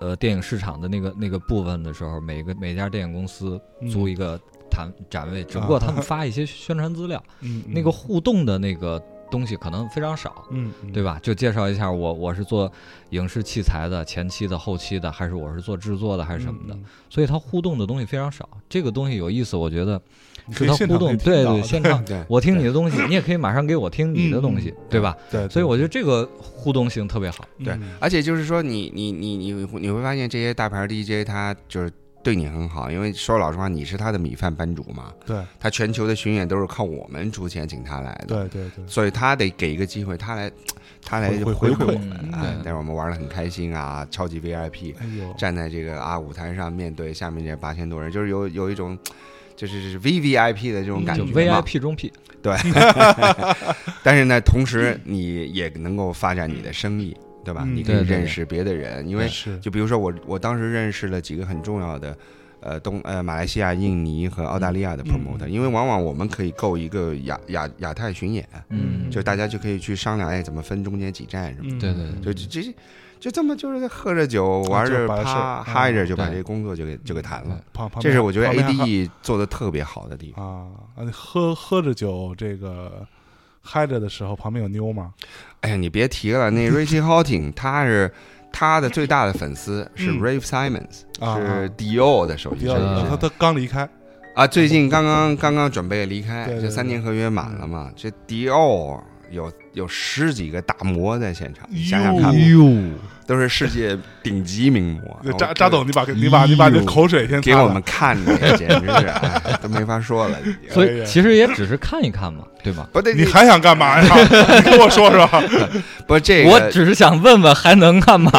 C: 呃电影市场的那个那个部分的时候，每个每家电影公司
A: 嗯
C: 租一个展展位，只不过他们发一些宣传资料，
A: 嗯啊嗯
C: 那个互动的那个东西可能非常少。
A: 嗯，嗯
C: 对？吧？就介绍一下我我是做影视器材的，前期的、后期的，还是我是做制作的，还是什么的？
A: 嗯？嗯
C: 所以它互动的东西非常少。这个东西有意思，我觉得
A: 你可
C: 是
A: 以
C: 它
A: 现
C: 互
A: 嗯场可
C: 动，
A: 以听
C: 对
A: 到
C: 对，
A: 的
C: 现场
B: 对
C: 我听你的东西，你也可以马上给我听你的东西，
A: 嗯
C: 对吧？
A: 对，
C: 所以我觉得嗯这个互动性特别好。
A: 对
B: 对，而且就是说你，你你你你会发现这些大牌 DJ 他就是对你很好，因为说老实话，你是他的米饭班主嘛，
A: 对
B: 他全球的巡演都是靠我们出钱请他来
A: 对
B: 的，
A: 对对，
B: 所以他得给一个机会，他来，他来
A: 回回
B: 回馈
A: 馈
B: 我们
C: 嗯
B: 啊
C: 对！
B: 但是我们玩的很开心啊，超级 VIP，
A: 哎呦，
B: 站在这个啊舞台上，面对下面这八千多人，就是有有一种就是是 V V I P 的这种感
C: 嗯就
B: 觉嘛。
C: VIP 中 P，
B: 但是呢，同时你也能够发展你的生意，对吧？
A: 嗯
B: 你可以
C: 对对
B: 认识别的人，因为
A: 是
B: 就比如说我，我当时认识了几个很重要的，呃，东呃马来西亚、印尼和澳大利亚的
A: 嗯
B: promoter，、因为往往我们可以购一个亚亚亚太巡演，
C: 嗯，
B: 就大家就可以去商量，哎，怎么分中间几站什么的。
A: 嗯
C: 对对对
B: 就就这就这么就是在喝着酒玩着
A: 啊就把事
B: 趴
A: 儿
B: 嗨着
A: 嗯
B: 就把
C: 对
B: 这工作就给就给谈了。
A: 旁旁
B: 这
A: 边
B: 是我觉得 E
A: 旁边还
B: ADE 做的特别好的地方。
A: 啊啊，你喝喝着酒这个嗨着的时候，旁边有妞吗？
B: 哎呀，你别提了，那 Richie Hawtin 他是他的最大的粉丝是
A: 嗯
B: Rave Simons，
A: 啊
B: 是 Dior 的首席
A: 迪
B: 设
A: 奥，
B: 计师
C: 是
A: 他他刚离开，
B: 啊。最近刚刚刚刚准备离开
A: 对，对嗯
B: 这三年合约满了嘛，这 Dior 有有十几个大模在现场，你想想看吧，
A: 哟，
B: 都是世界顶级名模。我
A: 扎扎董，你把你把你把这
B: 哟
A: 口水 先
B: 哎给
A: 擦
B: 我
A: 了
B: 们看的，简直是、哎、都没法说了。
C: 所
A: 哎呀
C: 以其实也只是看一看嘛，对吧？
B: 不对，
A: 你还想干嘛 呀？你跟我说说。
B: 不这个，
C: 我只是想问问还能干嘛？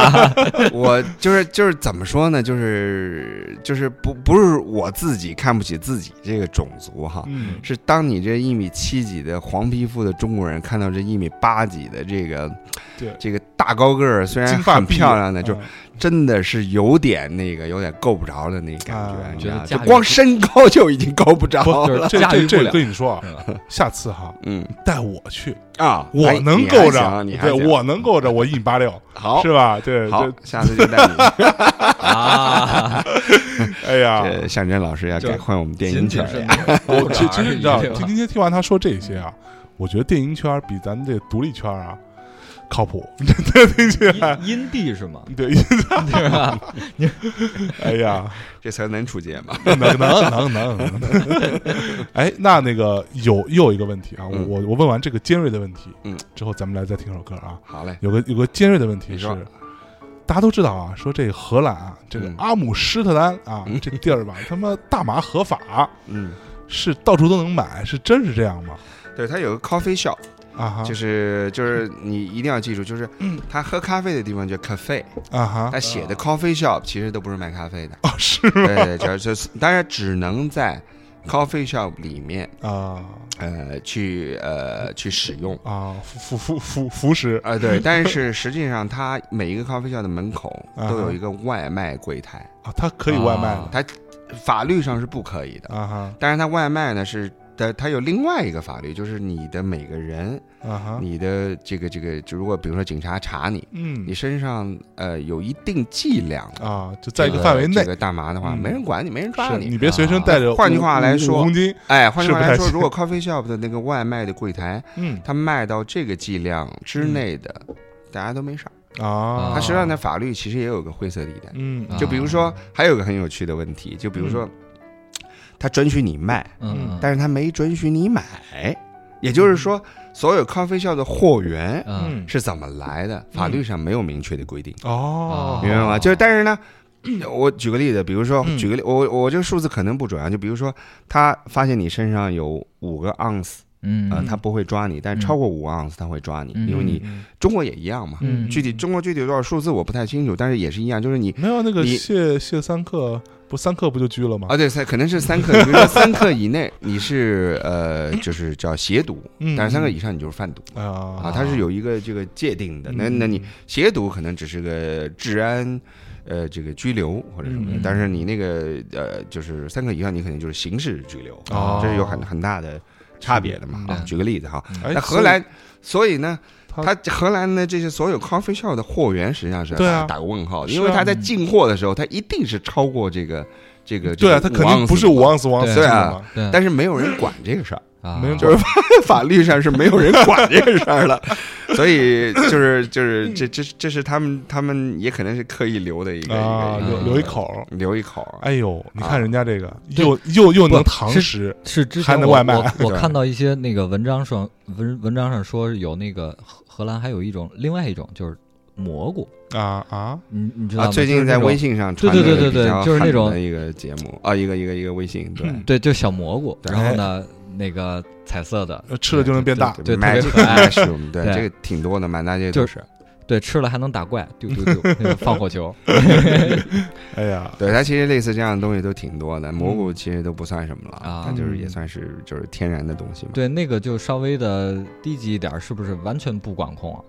B: 我就是就是怎么说呢？就是就是不不是我自己看不起自己这个种族哈，
A: 嗯
B: 是当你这一米七几的黄皮肤的中国人看到这一米八几的这个
A: 对
B: 这个大高个儿，虽然
A: 金发
B: 很
A: 碧眼
B: 漂亮的，
A: 嗯
B: 就真的是有点那个有点够不着的那感
A: 啊
B: 觉，你知道
C: 觉得
B: 就
C: 驾驭
B: 光身高就已经够不着
A: 不
B: 了。
A: 这
C: 驾
A: 这
C: 驭不
A: 这
C: 了
A: 跟你说啊
C: 是吧，
A: 下次哈
B: 嗯
A: 带我去，
B: 啊，
A: 我
B: 哎
A: 能
B: 你还
A: 够着，
B: 行你还
A: 对，
B: 行
A: 我能够着，我一米八六，
B: 好
A: 是吧？对，
B: 好
A: 这，
B: 下次就带 你。
C: 啊，
A: 哎呀，
B: 这呃向真老师要
C: 就
B: 改换我们电
C: 仅
B: 音
C: 仅
B: 圈
C: 是
B: 了呀。
A: 我其其实你知道，
C: 对吧
A: 今天听完他说这些啊，我觉得电音圈儿比咱们这独立圈儿啊靠谱。
C: 阴阴地是吗？
A: 对，
C: 对吧？
A: 哎呀，
B: 这词儿能出街吗？
A: 能能能能能。哎，那那个有又有一个问题啊，我
B: 嗯
A: 我我问完这个尖锐的问题，
B: 嗯，
A: 之后咱们来再听首歌啊。
B: 好嘞，
A: 有个有个尖锐的问题
B: 你
A: 是
B: 说，
A: 大家都知道啊，说这荷兰啊，这个
B: 嗯
A: 阿姆施特丹啊，
B: 嗯
A: 这地儿吧，他妈大麻合法，
B: 嗯，
A: 是到处都能买，是真是这样吗？
B: 对，它有个 coffee shop，
A: 啊哈，
B: 就是就是你一定要记住，就是他喝咖啡的地方叫 cafe，
A: 啊哈，，
B: 他写的 coffee shop 其实都不是卖咖啡的
A: 啊是
B: 对对，对就是当然只能在 coffee shop 里面
A: 啊
B: 呃去呃去使用。
A: 啊服服服服服食
B: 啊、对，但是实际上，它每一个咖啡校的门口
A: 啊
B: 都有一个外卖柜台，
A: 啊，它可以外卖
C: 啊
A: 的
B: 法律上是不可以的。
A: 啊哈
B: 但是它外卖呢是，它它有另外一个法律，就是你的每个人
A: 啊哈，
B: 你的这个这个，就如果比如说警察查你，
A: 嗯
B: 你身上呃有一定剂量的
A: 啊就在一个范围内
B: 这，个大麻的话，
A: 嗯
B: 没人管你，没人抓
A: 是
B: 你。
A: 你别随身
C: 啊
A: 带着五。
B: 换句话来
A: 五
B: 说
A: 五公斤，
B: 哎，换句话
A: 是
B: 来
A: 不太
B: 说，
A: 行
B: 如果 coffee shop 的那个外卖的柜台，
A: 嗯
B: 他卖到这个剂量之内的，大家都没事儿。
A: 啊，
B: 它实际上在法律其实也有个灰色地带。
A: 嗯
C: 啊
B: 就比如说，还有个很有趣的问题，就比如说，它准许你卖，
C: 嗯，
B: 但是它没准许你买，也就是说，所有咖啡 shop 的货源
C: 嗯
B: 是怎么来的，法律上没有明确的规定，
A: 哦，
B: 明白吗？
C: 哦
B: 就是，但是呢。 我举个例子，比如说，
A: 嗯
B: 举个例，我我这个数字可能不准啊，就比如说，他发现你身上有五个盎司，
C: 嗯
B: 呃，
A: 嗯
B: 他不会抓你，但是
C: 嗯
B: 超过五盎司他会抓你，
C: 嗯
B: 因为你
A: 嗯
B: 中国也一样嘛，
C: 嗯
B: 具体中国具体多少数字我不太清楚，但是也是一样，就是你
A: 没有那个
B: 你
A: 谢谢三克，不三克不就拘了吗？
B: 啊，对，三可能是三克，比如说三克以内你是呃，就是叫携毒，
A: 嗯
B: 但是三克以上你就是贩毒啊，
A: 啊，嗯
B: 它是有一个这个界定的。那那你携毒可能只是个治安。呃，这个拘留或者什么的
A: 嗯，
B: 但是你那个呃，就是三克以上，你肯定就是刑事拘留，
A: 哦
B: 这是有很很大的差别的嘛。啊
C: 嗯
B: 举个例子哈，
A: 哎
B: 那荷兰，所以呢，
A: 它
B: 它荷兰的这些所有 coffee shop 的货源实际上是要
A: 对啊
B: 打打个问号的，
A: 是啊
B: 因为它在进货的时候，它一定是超过这个这个
A: 对啊，他
B: 这个
A: 肯定不是
B: 的
A: 五盎司五盎司
C: 对
A: 这种
B: 啊
A: 嘛，
C: 对，
B: 但是没有人管这个事儿，
C: 啊
A: 没有
B: 就是法律上是没有人管这个事儿了，所以就是就是这这这是他们他们也可能是刻意留的一个
A: 啊，
B: 一个
A: 留
C: 嗯
A: 留一口儿。
B: 留一口儿，
A: 哎呦，你看
B: 啊
A: 人家这个
C: 对
A: 又又又能
C: 不
A: 堂
C: 是
A: 食，
C: 是之
A: 还
C: 前
A: 能
C: 我
A: 外卖
C: 我我
B: 对
C: 看到一些那个文章上文文章上说有那个荷荷兰还有一种另外一种就是蘑菇，
A: 啊啊，
C: 你你知道
B: 啊，
C: 吗？
B: 最
C: 就是
B: 近
C: 那
B: 在
C: 种
B: 微信上
C: 对
B: 传
C: 对
B: 了一
C: 对
B: 个
C: 对
B: 比较
C: 对就是那
B: 狠
C: 种
B: 的一个节目啊，一个一个一个微信，对，
A: 嗯
C: 对，就小蘑菇，
B: 对
C: 然后呢那个彩色的，
A: 呃吃了就能变大，
C: 对特别
B: Magic
C: 可爱
B: Mushroom，对，
C: 对
B: 这个挺多的，满大街都。
C: 就是对，吃了还能打怪，丢丢丢，那个放火 球，
A: 哎呀，
B: 对，它其实类似这样的东西都挺多的，蘑菇其实都不算什么了，
C: 啊
B: 它就是也算是就是天然的东西嘛。
C: 对，那个就稍微的低级一点儿，是不是完全不管控啊？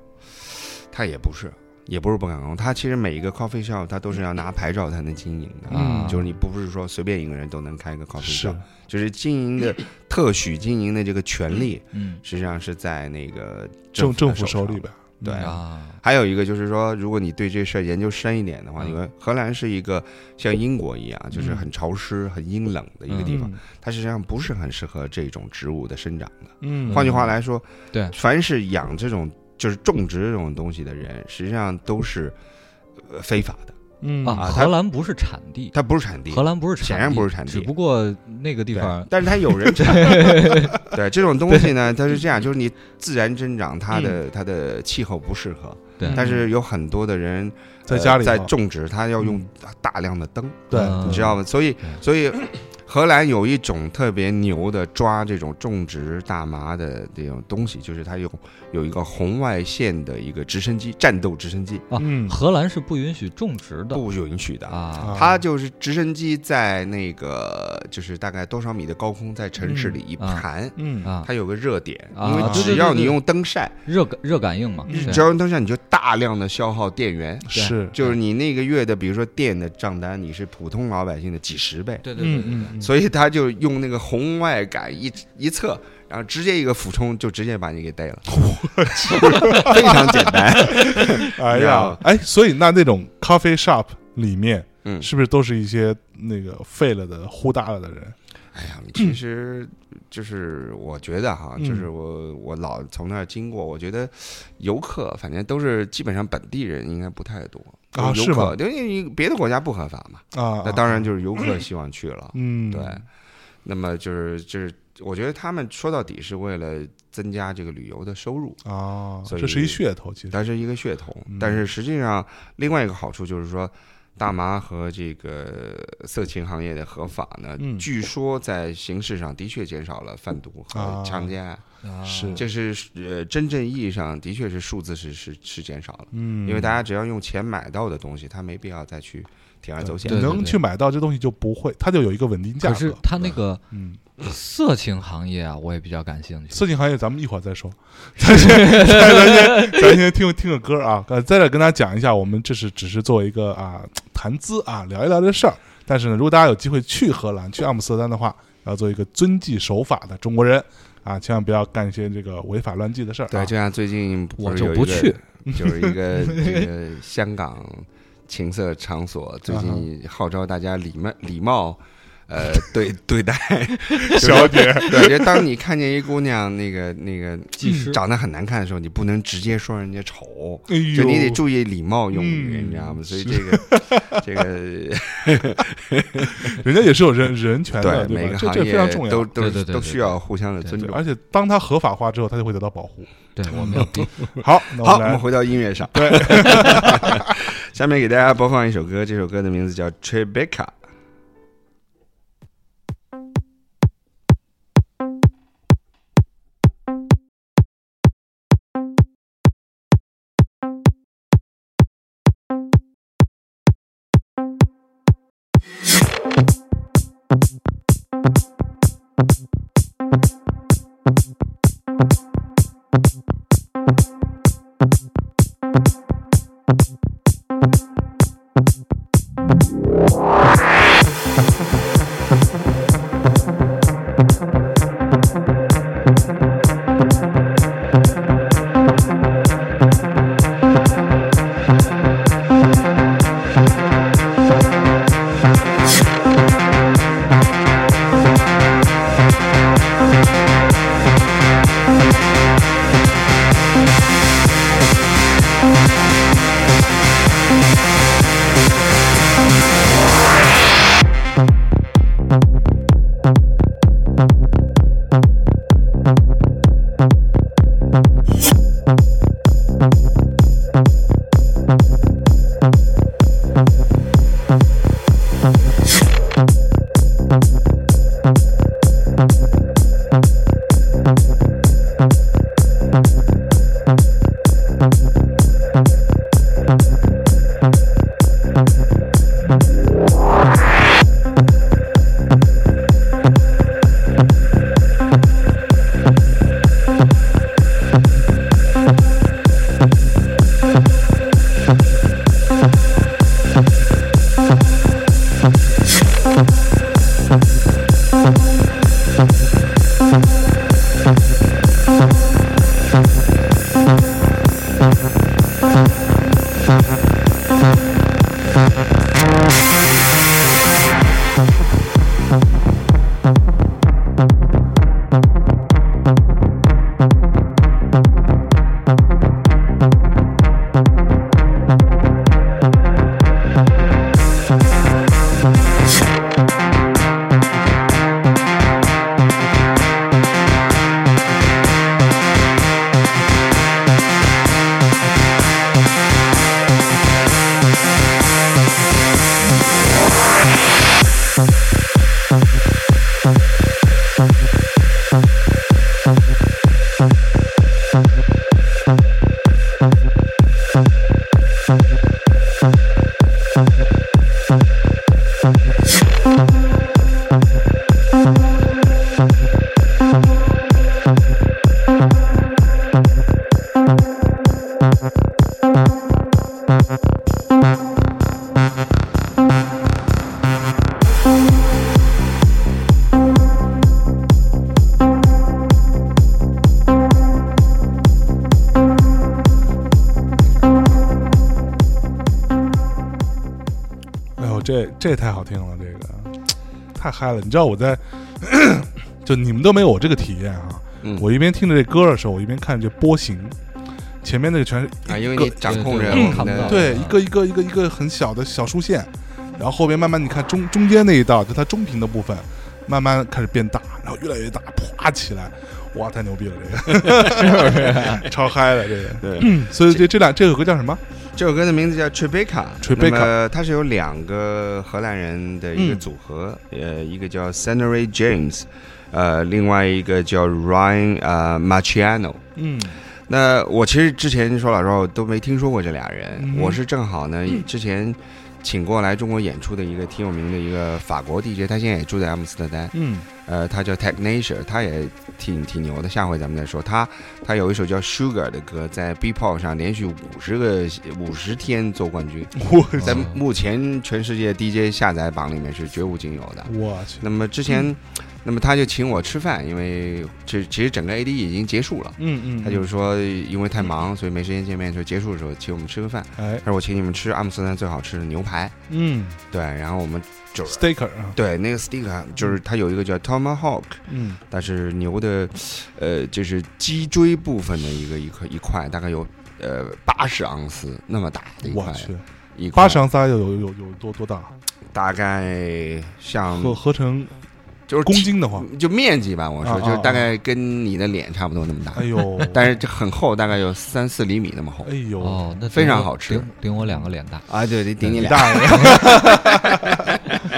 B: 它也不是，也不是不敢用，它其实每一个 coffee shop 它都是要拿牌照才能经营的，啊
A: 嗯
B: 就是你不是说随便一个人都能开一个 coffee
A: 是
B: shop，就是啊经营的特许经营的这个权利，
C: 嗯
B: 实际上是在那个
A: 政
B: 政
A: 政
B: 府
A: 府
B: 的手
A: 手
B: 上
A: 里。边，
B: 对
A: 嗯
C: 啊，
B: 还有一个就是说，如果你对这事儿研究深一点的话，
C: 嗯
B: 因为荷兰是一个像英国一样，
A: 嗯
B: 就是很潮湿、很阴冷的一个地方，，它实际上不是很适合这种植物的生长的。
A: 嗯，
B: 换句话来说，
C: 对
B: 凡是养这种就是种植这种东西的人，实际上都是呃非法的，
A: 嗯
C: 啊，
B: 啊它
C: 荷兰不是产地，
B: 它不是产地。
C: 荷兰不是产地，
B: 显然不是产地
C: 只不过那个地
B: 对
C: 方，
B: 但是它有 人产。对这种东西呢，它是这样，就是你自然增长，它
A: 嗯
B: 的它的气候不适合，
C: 对，
B: 但是有很多的人
A: 在
B: 呃
A: 家里
B: 在
A: 头
B: 种植，它要用
A: 嗯
B: 大量的灯，
A: 对，
C: 嗯
B: 你知道吗？所以
C: 对
B: 所以。荷兰有一种特别牛的抓这种种植大麻的这种东西，就是它有有一个红外线的一个直升机，战斗直升机
C: 啊
A: 嗯
C: 荷兰是不允许种植的
B: 不允许的。
C: 啊，
B: 它就是直升机在那个就是大概多少米的高空，在城市里一
C: 嗯啊
B: 盘，
A: 嗯
C: 啊，
B: 它有个热点，
C: 啊
B: 因为
A: 对对
B: 只要你用灯晒，
C: 热感热感应嘛，
A: 嗯对
B: 只要用灯晒，你就大量的消耗电源，
A: 是，
B: 就是你那个月的，比如说电的账单，你是普通老百姓的几十倍，
C: 对对对
A: 嗯
C: 对
A: 嗯，
B: 所以他就用那个红外感一一测，然后直接一个俯冲就直接把你给逮了， 非常简单。
A: 以哎
B: 你知道
A: 呀
B: 吗，
A: 哎，所以那那种 coffee shop 里面
B: 嗯，
A: 是不是都是一些那个废了的、呼大了的人？
B: 哎呀，其实就是我觉得哈，
A: 嗯
B: 就是我我老从那儿经过，我觉得游客反正都是基本上本地人应该不太多
A: 啊
B: 游
A: 是吗
B: 客，因为你别的国家不合法嘛，
A: 啊，
B: 那
A: 啊
B: 当然就是游客希望去了，
A: 嗯，
B: 对。那么就是就是，我觉得他们说到底是为了增加这个旅游的收入，
A: 啊，
B: 所以
A: 这是一噱头，其实
B: 它是一个噱头
A: 嗯。
B: 但是实际上，另外一个好处就是说，大麻和这个色情行业的合法呢，
A: 嗯
B: 据说在形式上的确减少了贩毒
A: 啊
B: 和强奸案，
C: 啊
A: 是
B: 这是呃真正意义上的确是数字是是是减少了，
A: 嗯，
B: 因为大家只要用钱买到的东西，他没必要再去铤而走
A: 嗯
B: 险
C: 对。对
A: 能去买到这东西就不会，它就有一个稳定价
C: 可是
A: 格。
C: 他那个
A: 嗯，
C: 色情行业啊，我也比较感兴趣。
A: 色情行业咱们一会儿再 说，咱先咱先咱先听听个歌啊。呃，在这跟大家讲一下，我们这是只是作为一个啊谈资啊，聊一聊这事儿。但是呢，如果大家有机会去荷兰、去阿姆斯特丹的话，要做一个遵纪守法的中国人啊，千万不要干一些这个违法乱纪的事儿、啊。
B: 对，就像最近不
C: 我
B: 是
C: 就
B: 有一
C: 不
B: 个
C: 去，
B: 就是一个这个
A: 啊
B: 香港情色场所最近号召大家礼貌礼貌，呃对对 待。
A: 小姐，
B: 对，就当你看见一姑娘那个那个
C: 技师
B: 长得很难看的时候，你不能直接说人家丑，
A: 哎呦，
B: 就你得注意礼貌用语，
A: 嗯
B: 你知道吗？所以这 个这个
A: 人家也是有人人权的，对
B: 每
A: 吧？
B: 个
A: 这
B: 行
A: 这非
B: 业
A: 常重要。
B: 都都
C: 对对对
B: 都
C: 对
B: 需要互相的
C: 对
B: 尊
A: 对
B: 重。
A: 而且当它合法化之后，它就会得到保护。
C: 对我没有逼，
A: 好，那我
B: 好，我
A: 们
B: 们
A: 来
B: 回到音乐上。对， 下面给大家播放一首歌，这首歌的名字叫《Tribeca》。
A: 哎
B: 嗯
A: 呦，这这太好听了，这个太嗨了！你知道我在，就你们都没有我这个体验啊。
B: 嗯
A: 我一边听着这歌的时候，我一边看这波形，前面那个全是
B: 啊，因为你掌控着
C: 对对
B: 我
C: 看
B: 们
C: 不到
B: 的，
A: 对
C: 嗯
A: 一个一个一个一个很小的小竖线，然后后边慢慢你看中中间那一道，就它中频的部分，慢慢开始变大，然后越来越大，啪起来，哇，太牛逼了！这个 超嗨的这个，
B: 对
A: 所以这这两这首歌叫什么？
B: 这首歌的名字叫 Tribeca。
A: Tribeca
B: 那么它是由两个荷兰人的一个
A: 嗯
B: 组合，呃，一个叫 s e n e r y James，呃，另外一个叫 Ryan 呃 Maciano。
A: 嗯
B: 那我其实之前说老实话，我都没听说过这俩人。
A: 嗯
B: 我是正好呢，之前请过来中国演出的一个挺有名的一个法国 DJ，他现在也住在阿姆斯特丹。
A: 嗯
B: 呃，他叫 Technature，他也挺挺牛的。下回咱们再说他。他有一首叫 Sugar 的歌，在 Bpop 上连续五十个五十天做冠军，
A: 我
B: 在目前全世界 DJ 下载榜里面是绝无仅有的。
A: 我去，
B: 那么之前，那么他就请我吃饭，因为这其实整个 AD 已经结束了。
A: 嗯嗯，
B: 他就是说，因为太忙，所以没时间见面，就结束的时候请我们吃个饭。
A: 哎
B: 他说我请你们吃阿姆斯特丹最好吃的牛排，
A: 嗯
B: 对，然后我们就是
A: ，Staker 啊，
B: 对那个 stick 啊，就是它有一个叫 tomahawk，
A: 嗯
B: 它是牛的，呃，就是脊椎部分的一个一块一块，大概有呃八十盎司那么大的一
A: 我
B: 块，
A: 去，
B: 一块
A: 八十盎司大概有有有有多多大？
B: 大概像
A: 合合成
B: 嗯就是嗯
A: 公斤的话，
B: 就面积吧，我说
A: 啊
B: 就是
A: 啊
B: 大概跟你的脸差不多那么大，
A: 哎呦，
B: 但是这很厚，大概有三四厘米那么厚
A: 哎呦，
C: 哦，那顶
B: 非常
C: 我
B: 好吃
C: 顶顶我两个脸大。
B: 啊，对，得顶你
A: 你
B: 俩。
A: 大爷，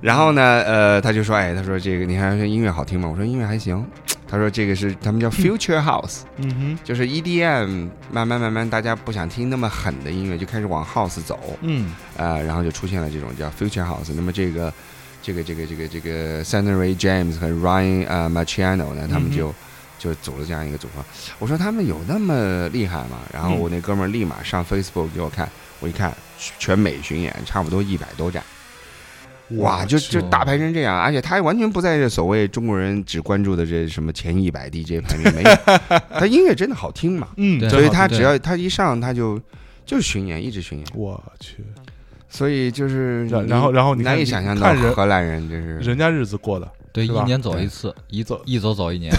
B: 然后呢，呃，他就说，哎，他说这个你还说音乐好听吗？我说音乐还行。他说这个是他们叫 Future House，、
A: 嗯哼，
B: 就是 EDM，慢慢慢慢大家不想听那么狠的音乐，就开始往 House 走，
A: 嗯
B: 呃，然后就出现了这种叫 Future House。那么这个。这个这个这个这个 s a n d Ray James 和 Ryan 呃 Maciano 呢，他
A: 嗯
B: 们
A: 哼
B: 就、就组了这样一个组合。我说他们有那么厉害吗？然后
A: 嗯
B: 我那哥们儿立马上 Facebook 给我看，我一看全美巡演差不多一百多站。哇，就就
C: 哦
B: 大排成这样，而且他完全不在这所谓中国人只关注的这什么前一百 DJ 排名，没有， 他音乐真的好听嘛，
A: 嗯，
C: 对
A: 真
B: 所以
A: 好
B: 他
C: 对
B: 只要他一上他就就是巡演，一直巡演，
A: 我去，
B: 所以就是
A: 然
B: 你
A: 然后然后你看
B: 难以想象到
A: 看人
B: 荷兰人就是
A: 人家日子过的，
C: 对，
A: 是
C: 一
A: 吧
C: 年走
B: 对
C: 一次，一
A: 走
C: 一走走一年。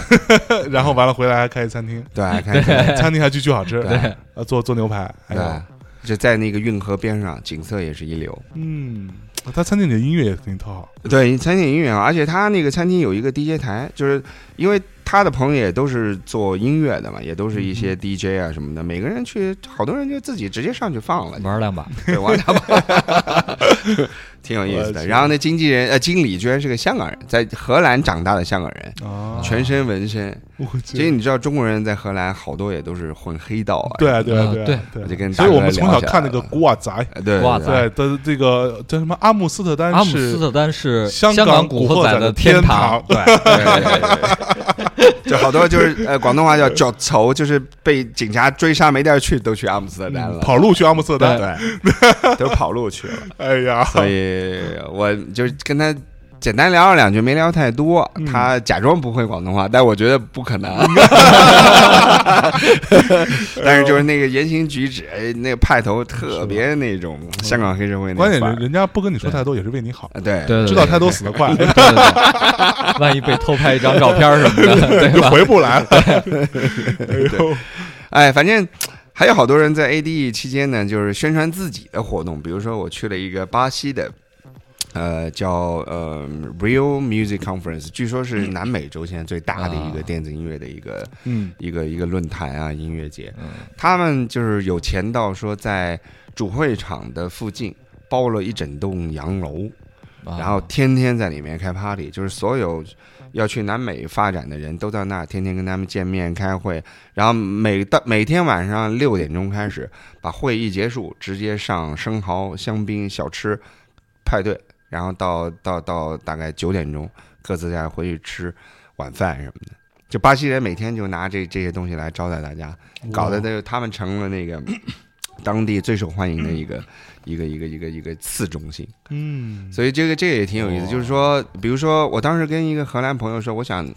A: 然后完了回来还开餐厅，
B: 对，啊 看起来
A: 餐厅还巨巨好吃，
B: 对
A: 呃，做做牛排，哎
B: 对
A: 呦，，
B: 就在那个运河边上，景色也是一流。
A: 嗯，他餐厅里的音乐也给你特好，
B: 对，餐厅音乐啊，而且他那个餐厅有一个 DJ 台，就是因为他的朋友也都是做音乐的嘛，也都是一
A: 嗯
B: 些 DJ 啊什么的，每个人去，好多人就自己直接上去放 了，
C: 玩两把，
B: 对，玩他吧， 挺有意思
A: 我
B: 的。
A: 去
B: 然后那经纪人呃，经理居然是个香港人，在荷兰长大的香港人，
A: 啊，
B: 全身纹身。
A: 我
B: 其实
A: 去，
B: 你知道，中国人在荷兰好多也都是混黑道啊，
A: 对啊对啊
C: 呃
A: 对啊
B: 我就
A: 对
B: 跟
A: 啊，
B: 大
A: 所以
B: 哥
A: 我们从小
B: 聊起来
A: 看那个
B: 了
A: 古惑仔，
B: 呃对
C: 哇
B: 对
C: 塞
B: 对
A: 对的这个叫什么阿姆斯特丹
C: 阿姆斯
A: 是
C: 特丹是
A: 香
C: 港
A: 古
C: 惑
A: 仔
C: 的
A: 天
C: 堂，，
A: 对，
B: 就好多就是呃，广东话叫脚仇，就是被警察追杀没地儿去，都去阿姆斯特丹了，
A: 嗯跑路去阿姆斯特丹，
B: 对，都跑路去了。
A: 哎呀，
B: 所以我就是跟他简单聊了两句，没聊太多。
A: 嗯
B: 他假装不会广东话，但我觉得不可 能。 但是就是那个言行举止，哎那个派头特别那种香港黑社会那
A: 关
B: 个
A: 键
B: 范
A: 人
B: 儿。
A: 人家不跟你说太多也是为你好，
B: 啊对
C: 对，
A: 知道太多死得快，
C: 对对对，万一被偷拍一张照片什么的，对
A: 就
C: 吧？
A: 回不来了，哎呦，
B: 哎，反正还有好多人在 ADE 期间呢，就是宣传自己的活动，比如说我去了一个巴西的。呃，叫呃 Real Music Conference，据说是南美洲现在最大的一个
C: 啊
B: 电子音乐的一个、
A: 嗯
B: 一个一个论坛啊，音乐节。
C: 嗯
B: 他们就是有钱到说，在主会场的附近包了一整栋洋楼，
C: 啊
B: 然后天天在里面开 party，就是所有要去南美发展的人都到那儿，天天跟他们见面开会，然后每到每天晚上六点钟开始，把会议结束，直接上生蚝、香槟、小吃派对，然后到到到大概九点钟，各自再回去吃晚饭什么的。就巴西人每天就拿这这些东西来招待大家，搞得都他们成了那个 当地最受欢迎的一个一个一个一个一个次中心。
A: 嗯，
B: 所以这个这个也挺有意思，
C: 哦
B: 就是说，比如说我当时跟一个荷兰朋友说，我想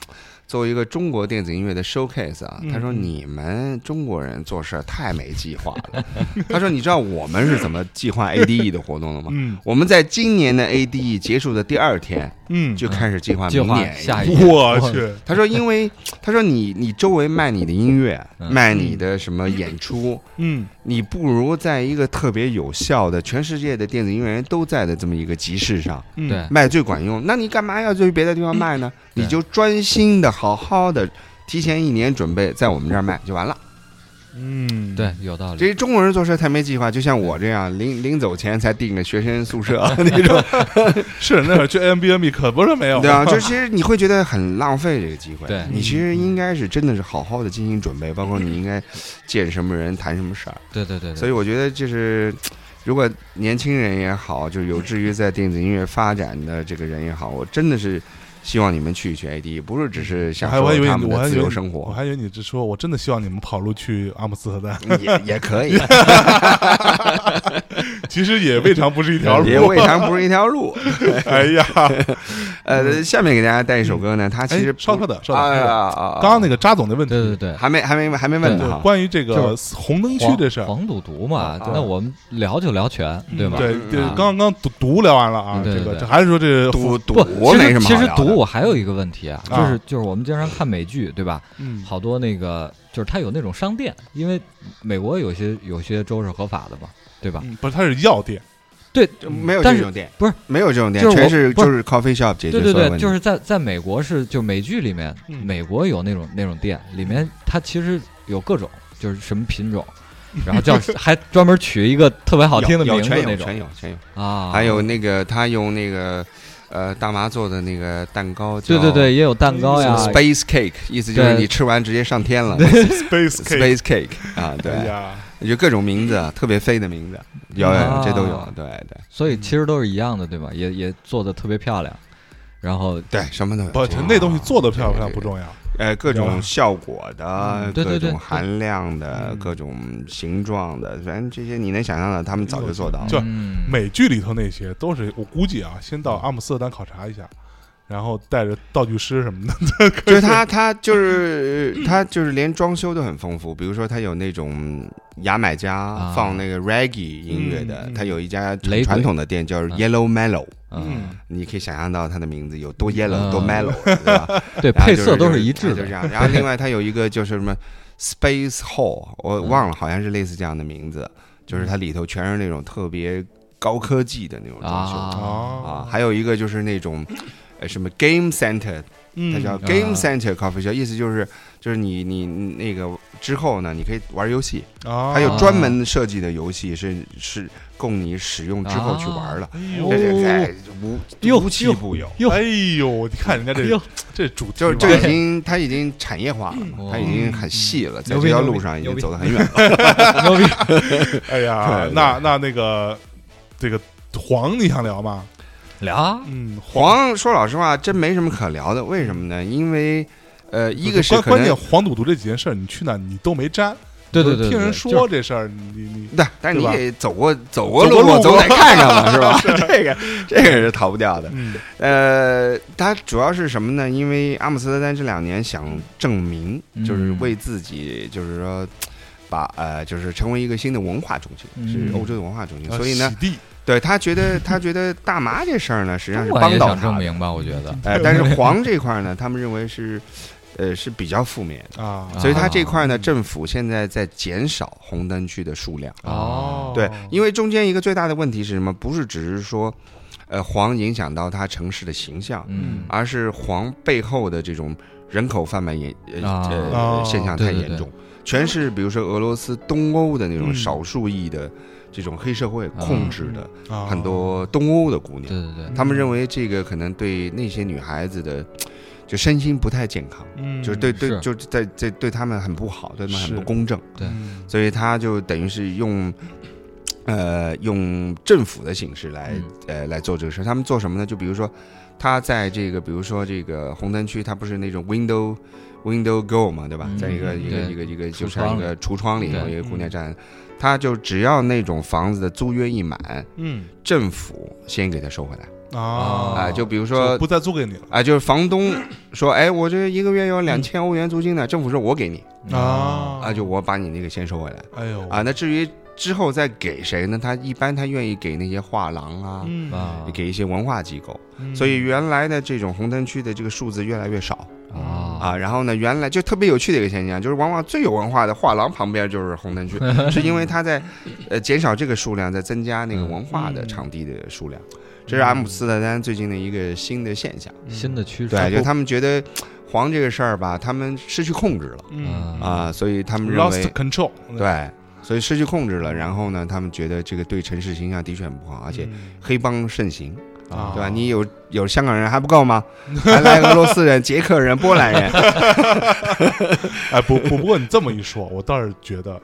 B: 做一个中国电子音乐的 showcase 啊，
A: 嗯
B: 他说你们中国人做事儿太没计划了， 他说你知道我们是怎么计划 ADE 的活动的吗？
A: 嗯
B: 我们在今年的 ADE 结束的第二天
A: 嗯，
B: 就开始计划
C: 计
B: 明
C: 划
B: 年
C: 下一年
A: 我去，
B: 他说：“因为他说你你周围卖你的音乐，
C: 嗯
B: 卖你的什么演出，
A: 嗯
B: 你不如在一个特别有效的、全世界的电子音乐人都在的这么一个集市上，
A: 嗯
C: 对
B: 卖最管用。那你干嘛要去别的地方卖呢？
C: 嗯对
B: 你就专心的、好好的，提前一年准备，在我们这儿卖就完了。
A: 嗯，
C: 对，有道
B: 这
C: 理，
B: 些中国人做事太没计划，就像我这样，临临走前才订个学生宿 舍那种，
A: 是那会儿去 a m b n b 可不是没有，
B: 对啊，就 其实你会觉得很浪费这个机会。
C: 对
B: 你其实应该是真的是好好的进行准备，包括你应该见什么人、谈什么事儿。
C: 对对对
B: 所
C: 对，
B: 以我觉得就是，如果年轻人也好，就是有志于在电子音乐发展的这个人也好，我真的是希望你们去一去 AD，不是只是享
A: 还我还以
B: 受
A: 为
B: 他
A: 你
B: 们
A: 我还
B: 的
A: 以
B: 自
A: 为
B: 由
A: 你
B: 生
A: 我
B: 活，
A: 还以为你只说，我真的
B: 嗯
A: 希望你们跑路去阿姆斯特丹，
B: 也也可以。
A: 其实也未尝不是一条路。
B: 也未尝不是一条路。
A: 哎呀，
B: 呃，下面给大家带一首歌呢，它其实
A: 哎稍特的稍
B: 啊
A: 特的，
B: 啊啊！
A: 刚刚那个扎总的问题，
C: 对对对，
B: 还没还没还没问
A: 对
B: 呢哈。
A: 关于这个红灯区这事儿，
C: 黄赌毒嘛，
B: 啊
C: 那我们聊就聊全，对吧？
A: 对
B: 嗯
A: 对
C: 啊，
A: 刚刚赌毒聊完了啊，
C: 对
A: 这
C: 对
A: 个
C: 对
A: 这还是说这
B: 赌赌
C: 不，其
B: 没
C: 实
B: 什么
C: 其
B: 好
C: 实
B: 聊
C: 赌
B: 的
C: 我还有一个问题啊，就
A: 啊
C: 是就是我们经常看美剧，对吧？
A: 嗯
C: 好多那个就是它有那种商店，因为美国有些有些州是合法的嘛，对吧？
A: 嗯，不是，它是药 店，
C: 对，
B: 就没有
C: 但
B: 这
C: 是
B: 种店，
C: 不是
B: 没有这种店
C: 就，是
B: 全
C: 我
B: 是
C: 不
B: 就是是 coffee shop 解决
C: 对
B: 所
C: 对
B: 有问
C: 对，
B: 题。
C: 就是在在美国是就美剧里面，
A: 嗯
C: 美国有那种那种店，里面它其实有各种就是什么 品种，然后叫还专门取一个特别好听的
B: 有
C: 名
B: 有
C: 字
B: 全
C: 那
B: 有
C: 种
B: 全有全有，
C: 啊，
B: 还有那个他用那个呃大麻做的那个蛋糕，
C: 对对对，，也有蛋糕呀，
B: Space Cake，意思就是
C: 对
B: 你吃完直接上天了
A: Space Cake，
B: ，Space Cake 啊，
A: 哎
B: 对，
A: 呀，
B: 就各种名字啊，特别飞的名字，有
C: 啊
B: 有这都有，对对
C: 所以其实都是一样的，对吧？也也做的特别漂亮，然后
B: 对，什么都有。
A: 不，
B: 这
A: 那东西做的漂不漂亮
B: 对
A: 不重要，
B: 呃，各
A: 有啊
B: 种效果的
A: 嗯，
C: 对对
B: 各
C: 对
B: 种含量的
A: 嗯，
B: 各种形状的，反正这些你能想象的，他们早就做到了。
A: 就
C: 嗯，
A: 美剧里头那些都是，我估计啊，先到阿姆斯特丹考察一下，然后带着道具师什么的，
B: 就是它，它就是它就是连装修都很丰富，比如说它有那种牙买加
C: 啊
B: 放那个 reggae 音乐的
A: 嗯嗯，
B: 它有一家
C: 雷鬼
B: 传统的店叫
C: 嗯
B: Yellow Mellow，
C: 嗯，
B: 你可以想象到它的名字有多 yellow
C: 嗯
B: 多 mellow，对吧？
C: 对，
B: 然后
C: 配
B: 就
C: 色都
B: 就是
C: 一致
B: 就
C: 的
B: 是这，样。然后另外它有一个就是什 么 Space Hall，我
C: 嗯
B: 忘了，好像是类似这样的名字，就是它里头全是那种特别高科技的那种装修
C: 啊
B: 啊
A: 哦，，
B: 还有一个就是那种。呃，什么 Game Center 它叫
A: 嗯，
B: Game
C: 啊
B: Center Coffee Shop，意思就是就是你你你那个之后呢，你可以玩游戏，
A: 啊
B: 它有专门设计的游戏是是供你使用之后去玩的。
A: 哎
B: 这
A: 呦
B: 这哎无
C: 哦哟
B: 无奇不有，
C: 哟
A: 哎呦，你看人家这
C: 哟
A: 这主题
B: 就是
A: 吧
B: 这已经它已经产业化了嘛，
C: 哇
B: 它已经很细了，在
C: 牛
B: 这
C: 逼
B: 条
C: 牛
B: 路
C: 逼
B: 上已
C: 牛
B: 经
C: 逼
B: 走得很远了。
C: 牛逼，
A: 哎呀
B: 对，对
A: 那那那个这个黄你想聊吗？
C: 聊啊，
A: 嗯，黄
B: 黄说老实话，真没什么可聊的，为什么呢？因为呃，一个是
A: 关
B: 可
A: 关键
B: 能。
A: 黄赌毒这几件事儿，你去哪你都没沾，
C: 对对对，对
A: 听人
C: 对
A: 说
C: 就
A: 这事儿，你你
B: 但但你
A: 对吧
B: 也走过走过
A: 走过
B: 路过，
A: 路
B: 总
A: 过
B: 得看看嘛，是吧？这个这个是逃不掉的。
A: 嗯
B: 呃，它主要是什么呢？因为阿姆斯特丹这两年想证明，
C: 嗯
B: 就是为自己，就是说。把呃，就是成为一个新的文化中心，
C: 嗯
B: 是欧洲的文化中心，
A: 啊
B: 所以呢
A: 洗，地
B: 对他觉得他觉得大麻这事儿呢，实际上
C: 中
B: 是
C: 国
B: 帮
C: 也
B: 到
C: 想证
B: 他的，
C: 明吧，我觉得，
B: 呃，但是黄这块儿呢，他们认为是，呃，是比较负面
A: 啊
B: 的，所以他
C: 啊
B: 这块呢，政府现在在减少红灯区的数量，
A: 啊
C: 哦
B: 对，因
A: 为
B: 为中间一个最大的问题是什么？不是只是说，呃，黄影响到他城市的形象，
C: 嗯，
B: 而是黄背后的这种人口贩卖严呃、
C: 啊
B: 呃
A: 哦
B: 现象
C: 对
B: 太
C: 对
B: 严
C: 对
B: 重，全是比如说俄罗斯、东欧的那种
A: 嗯
B: 少数裔的这种黑社会控制的
A: 啊嗯
B: 很多东欧的姑
C: 啊哦对
B: 娘，
C: 对对，
B: 他们认为这个可能对那些女孩子的就身心不太健康，
A: 嗯
B: 就是对对
C: 是
B: 就是在在对他们很不好，对他们很
A: 是
B: 不公正，
C: 对
A: 嗯
B: 所以他就等于是用。呃，用政府的形式来
C: 嗯
B: 呃来做这个事儿。他们做什么呢？就比如说，他在这个，比如说这个红灯区，它不是那种 window window go 嘛，对吧？
C: 嗯
B: 在一个一个
C: 对
B: 一个一个
C: 橱
B: 就是
C: 窗
B: 一个橱窗里
C: 对嗯
B: 有一个姑娘站，他就只要那种房子的租约一满，
A: 嗯
B: 政府先给他收回来
A: 啊
C: 哦
B: 啊、就比如
A: 就
B: 说
A: 不再租给你了
B: 啊、就是房东说，哎，我这一个月有两千欧元租金呢，政府说我给你
C: 哦
A: 啊
B: 啊、就我把你那个先收回来
A: 哎呦
B: 啊、那至于之后再给谁呢？他一般他愿意给那些画廊啊，
A: 嗯
C: 啊，
B: 给一些文化机构。
A: 嗯
B: 所以原来的这种红灯区的这个数字越来越少
C: 啊
B: 啊。然后呢，原来就特别有趣的一个现象，就是往往最有文化的画廊旁边就是 红灯区，是因为它在呃减少这个数量，在增加
A: 嗯
B: 那个文化的场地的数量。这是阿姆斯特丹最近的一个新的现象。
A: 嗯
C: 新的趋势，
B: 对，就他们觉得黄这个事儿吧，他们失去控制了
A: 嗯
B: 啊，所以他们认为
A: ，lost control 嗯
B: 对，所以失去控制了。然后呢，他们觉得这个对城市形象的确很不好，而且
A: 嗯
B: 黑帮盛行。
A: 啊
B: 对吧？你有有香港人还不够吗？还来俄罗斯人、捷克人、波 兰人，
A: 哎，不不，不过你这么一说，我倒是觉得，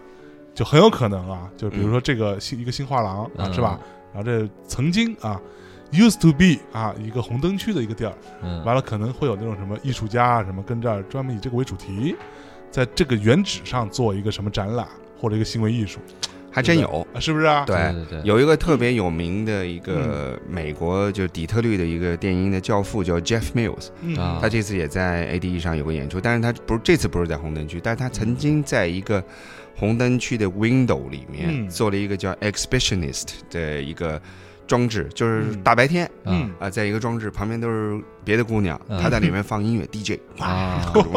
A: 就很有可能啊，就比如说这个新一个新画廊啊，
C: 嗯
A: 是吧？然后这曾经啊，used to be 啊，一个红灯区的一个地儿，
C: 嗯
A: 完了可能会有那种什么艺术家啊什么跟这儿专门以这个为主题，在这个原址上做一个什么展览或者一个行为艺术，
B: 还真有。
A: 啊是不是嗯啊？
B: 对，
C: 对对，
B: 有一个特别有名的一个美国就是底特律的一个电音的教父叫 Jeff Mills，
A: 嗯
C: 啊
B: 他这次也在 ADE 上有个演出，但是他不是这次不是在红灯区，但是他曾经在一个红灯区的 window 里面
A: 嗯
B: 做了一个叫 exhibitionist 的一个装置，就是
A: 嗯
B: 大白天
A: 嗯
B: 啊，在一个装置旁边都是别的姑娘，
C: 嗯
B: 她在里面放音乐 DJ，哇
C: 啊，
B: 各种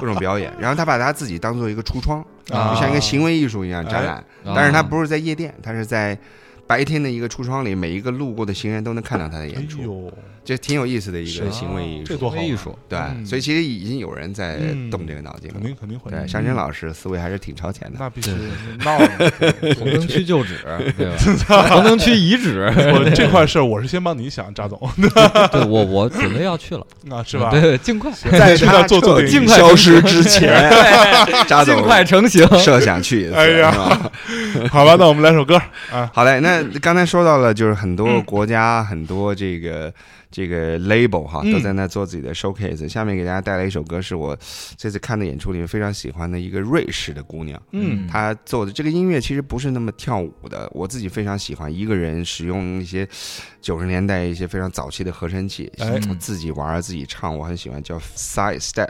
B: 各种表演，然后她把她自己当做一个橱窗，
A: 啊
B: 就像一个行为艺术一样展览，
A: 哎
C: 啊
B: 但是她不是在夜店，她是在白天的一个橱窗里，每一个路过的行人都能看到她的
A: 哎
B: 演出，
A: 呦，
B: 这挺有意思的一
C: 啊
B: 个嗯行为艺
A: 这
B: 术。
A: 多好啊
C: 艺术，
B: 对
A: 嗯，
B: 所以其实已经有人在
A: 嗯
B: 动这个脑筋
A: 肯
B: 了。
A: 定肯定会
B: 对，山珍老师思维还是挺超前的。
A: 那必须
C: 对
A: 闹 的。
C: 红灯区旧址，对吧？红灯区遗址，
A: 我这块事儿我是先帮你想，扎总，
C: 对我我准备要去了，
A: 那是吧？
C: 嗯对，对，尽快，
B: 在
A: 知道
B: 他
A: 做做
B: 彻底
A: 尽
C: 快
B: 消失之前， 扎
C: 尽
B: 总
C: 快成型。
B: 设想去一次。
A: 哎呀
B: 是吧
A: 好吧，那我们来首歌啊。
B: 好嘞，那刚才说到了，就是很多
A: 嗯
B: 国家、很多这个这个 label 哈，
A: 嗯
B: 都在那做自己的 showcase。下面给大家带来一首歌，是我这次看的演出里面非常喜欢的一个瑞士的姑娘，
A: 嗯
B: 她做的这个音乐其实不是那么跳舞的，我自己非常喜欢一个人使用一些九十年代一些非常早期的合成器，
A: 哎
B: 自己玩儿自己唱，我很喜欢，叫 side step。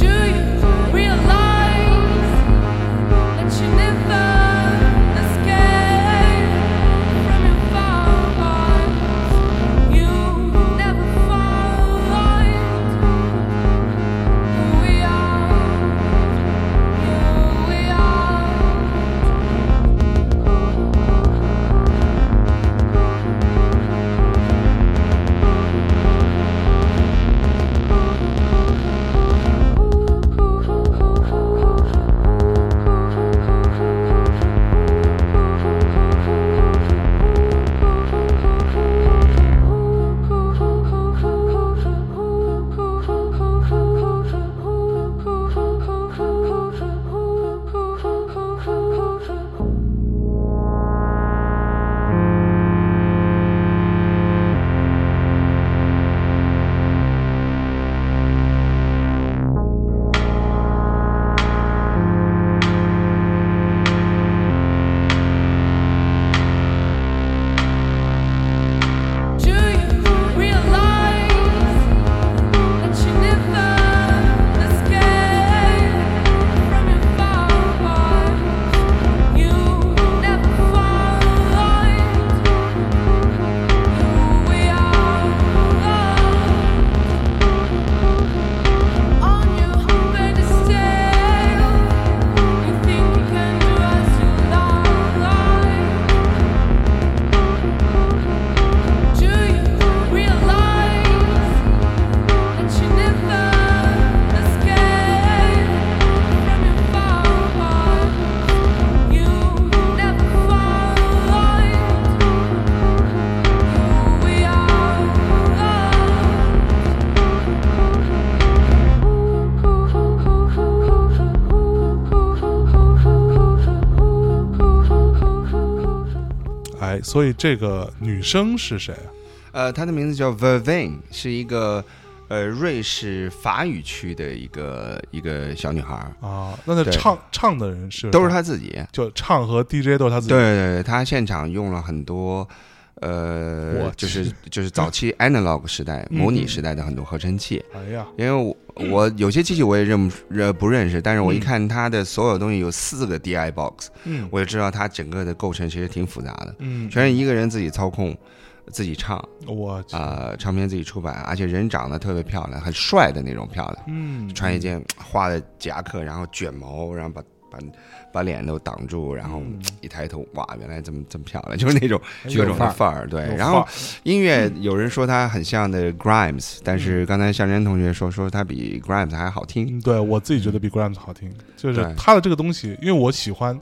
E: Do you realize that you never escape from your powers? You never find who we are, who we are. Do you realize that you never escape from your powers? You never find who we are. On your pedestal, you think you can do as you like. Do you realize that you never escape from your powers? You never find who we are.
A: 哎，所以这个女生是谁啊？
B: 呃，她的名字叫 Vervain，是一个呃瑞士法语区的一个一个小女孩儿，
A: 啊，那那
B: 对
A: 唱唱的人是啊
B: 都是，她自己。
A: 就唱和 DJ 都是她自己。
B: 对对对，她现场用了很多。呃
A: 我，去
B: 就是就是早期 analog 时代、
A: 嗯
B: 模拟时代的很多合成器，
A: 哎呀，
B: 因为我 我有些机器我也认不认不认识，但是我一
A: 嗯
B: 看它的所有东西有四个 DI box，
A: 嗯
B: 我就知道它整个的构成其实挺复杂的，
A: 嗯，
B: 全是一个人自己操控、自己唱，
A: 我去，
B: 啊，唱片自己出版，而且人长得特别漂亮，很帅的那种漂亮，
A: 嗯，
B: 穿一件花的夹克，然后卷毛，然后把把把脸都挡住，然后
A: 嗯
B: 一抬头，哇，原来这么这么漂亮，就是那种
A: 哎呦
B: 各种
A: 范
B: 的
A: 儿
B: 范儿。对
A: 有范，儿
B: 然后音乐有人说它很像的 Grimes，但
A: 嗯
B: 是刚才向真同学说说它比 Grimes 还好听。
A: 嗯，对我自己觉得比 Grimes 好听，就是
B: 嗯对
A: 他的这个东西，因为我喜欢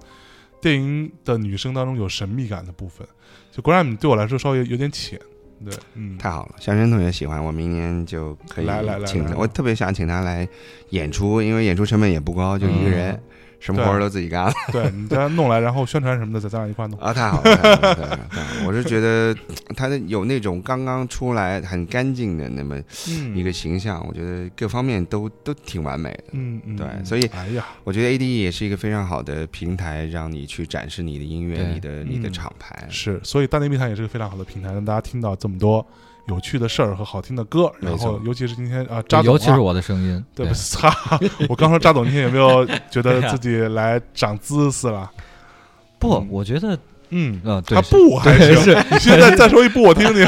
A: 电影的女生当中有神秘感的部分。就 Gram 对我来说稍微有点浅，对，嗯，
B: 太好了，香生同学喜欢，我明年就可以
A: 来来来
B: 请
A: 来
B: 他，我特别想请他来演出，因为演出成本也不高，就一个人，什么活儿都自己干了
A: 嗯对你再弄来，然后宣传什么的，再咱俩一块弄。
B: 啊，太好了，太好了，太好了太好了！我是觉得他的有那种刚刚出来很干净的那么
A: 嗯，
B: 一个形象，我觉得各方面都都挺完美的。
A: 嗯嗯，
B: 对
A: 嗯
B: 所以
A: 哎呀，
B: 我觉得 ADE 也是一个非常好的平台，让你去展示你的音乐、
C: 对
B: 你的你的
A: 嗯
B: 厂牌。啊
A: 是，所以大内密探也是个非常好的平台，让大家听到这么多有趣的事儿和好听的歌。然
B: 没错
A: 后，尤其是今天啊，扎总、啊，
C: 尤其是我的声音，
A: 对不起，哈，我刚说扎总，你有没有觉得
C: 对呀
A: 自己来长姿势了？
C: 不
A: 嗯，
C: 我觉得
A: 嗯，
C: 呃，对
A: 啊，不还
C: 对
A: 行，你现在再说一不，我听听。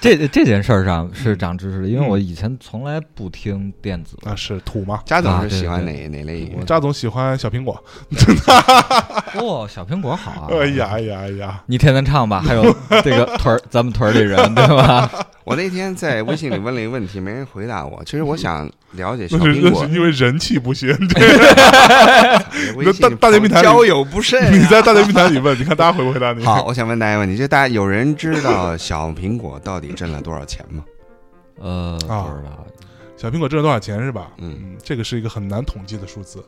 C: 这这件事儿上是长知识的，因为
A: 嗯
C: 我以前从来不听电 子，
A: 啊，是土嘛？
B: 家总
C: 啊
B: 是
C: 对
B: 喜欢哪
C: 对
B: 哪类音乐？
A: 扎总喜欢小苹果。
C: 哇，小苹果好啊！
A: 哎呀，哎呀，哎呀，
C: 你天天唱吧，还有这个 屯儿，咱们屯儿里人对吧？
B: 我那天在微信里问了一个问题，没人回答我。其实我想了解小
A: 嗯那是
B: 苹
A: 那
B: 果
A: 是，因为人气不行。
B: 微信
A: 大大内密谈里
B: 交友不慎啊、
A: 你在大内密谈里问，你看大家回不回答你？
B: 好，，我想问大家一个问题：就大家有人知道小苹果到底挣了多少钱吗？
C: 呃，不
A: 啊
C: 知道，
A: 小苹果挣了多少钱是吧？
B: 嗯，
A: 嗯，这个是一个很难统计的数字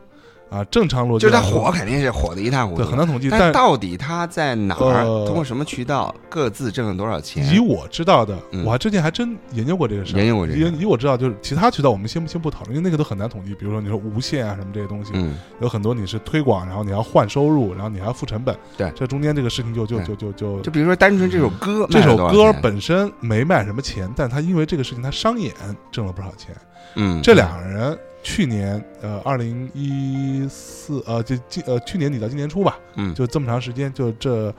A: 啊。正常逻辑
B: 就是它
A: 来说
B: 火，肯定是火的一塌糊
A: 对，
B: 涂，
A: 很难统计。
B: 但
A: 但
B: 到底它在哪儿、
A: 呃
B: 通过什么渠道，各自挣了多少钱？
A: 以我知道的，
B: 嗯
A: 我还之前还真研究过这个事儿。
B: 研究过这个事儿
A: 以以我知道，就是其他渠道我们先不先不讨论，因为那个都很难统计。比如说你说无线啊什么这些东西，
B: 嗯，
A: 有很多你是推广，然后你要换收入，然后你还要付成本。
B: 对
A: 这中间这个事情就就
B: 对
A: 就就就
B: 就比如说单纯这首歌，
A: 这首歌，本身没卖什么钱，但他因为这个事情他商演挣了不少钱。
B: 嗯，
A: 这两个人去年呃二零一四呃就今呃去年底到今年初吧，
B: 嗯，
A: 就这么长时间，就这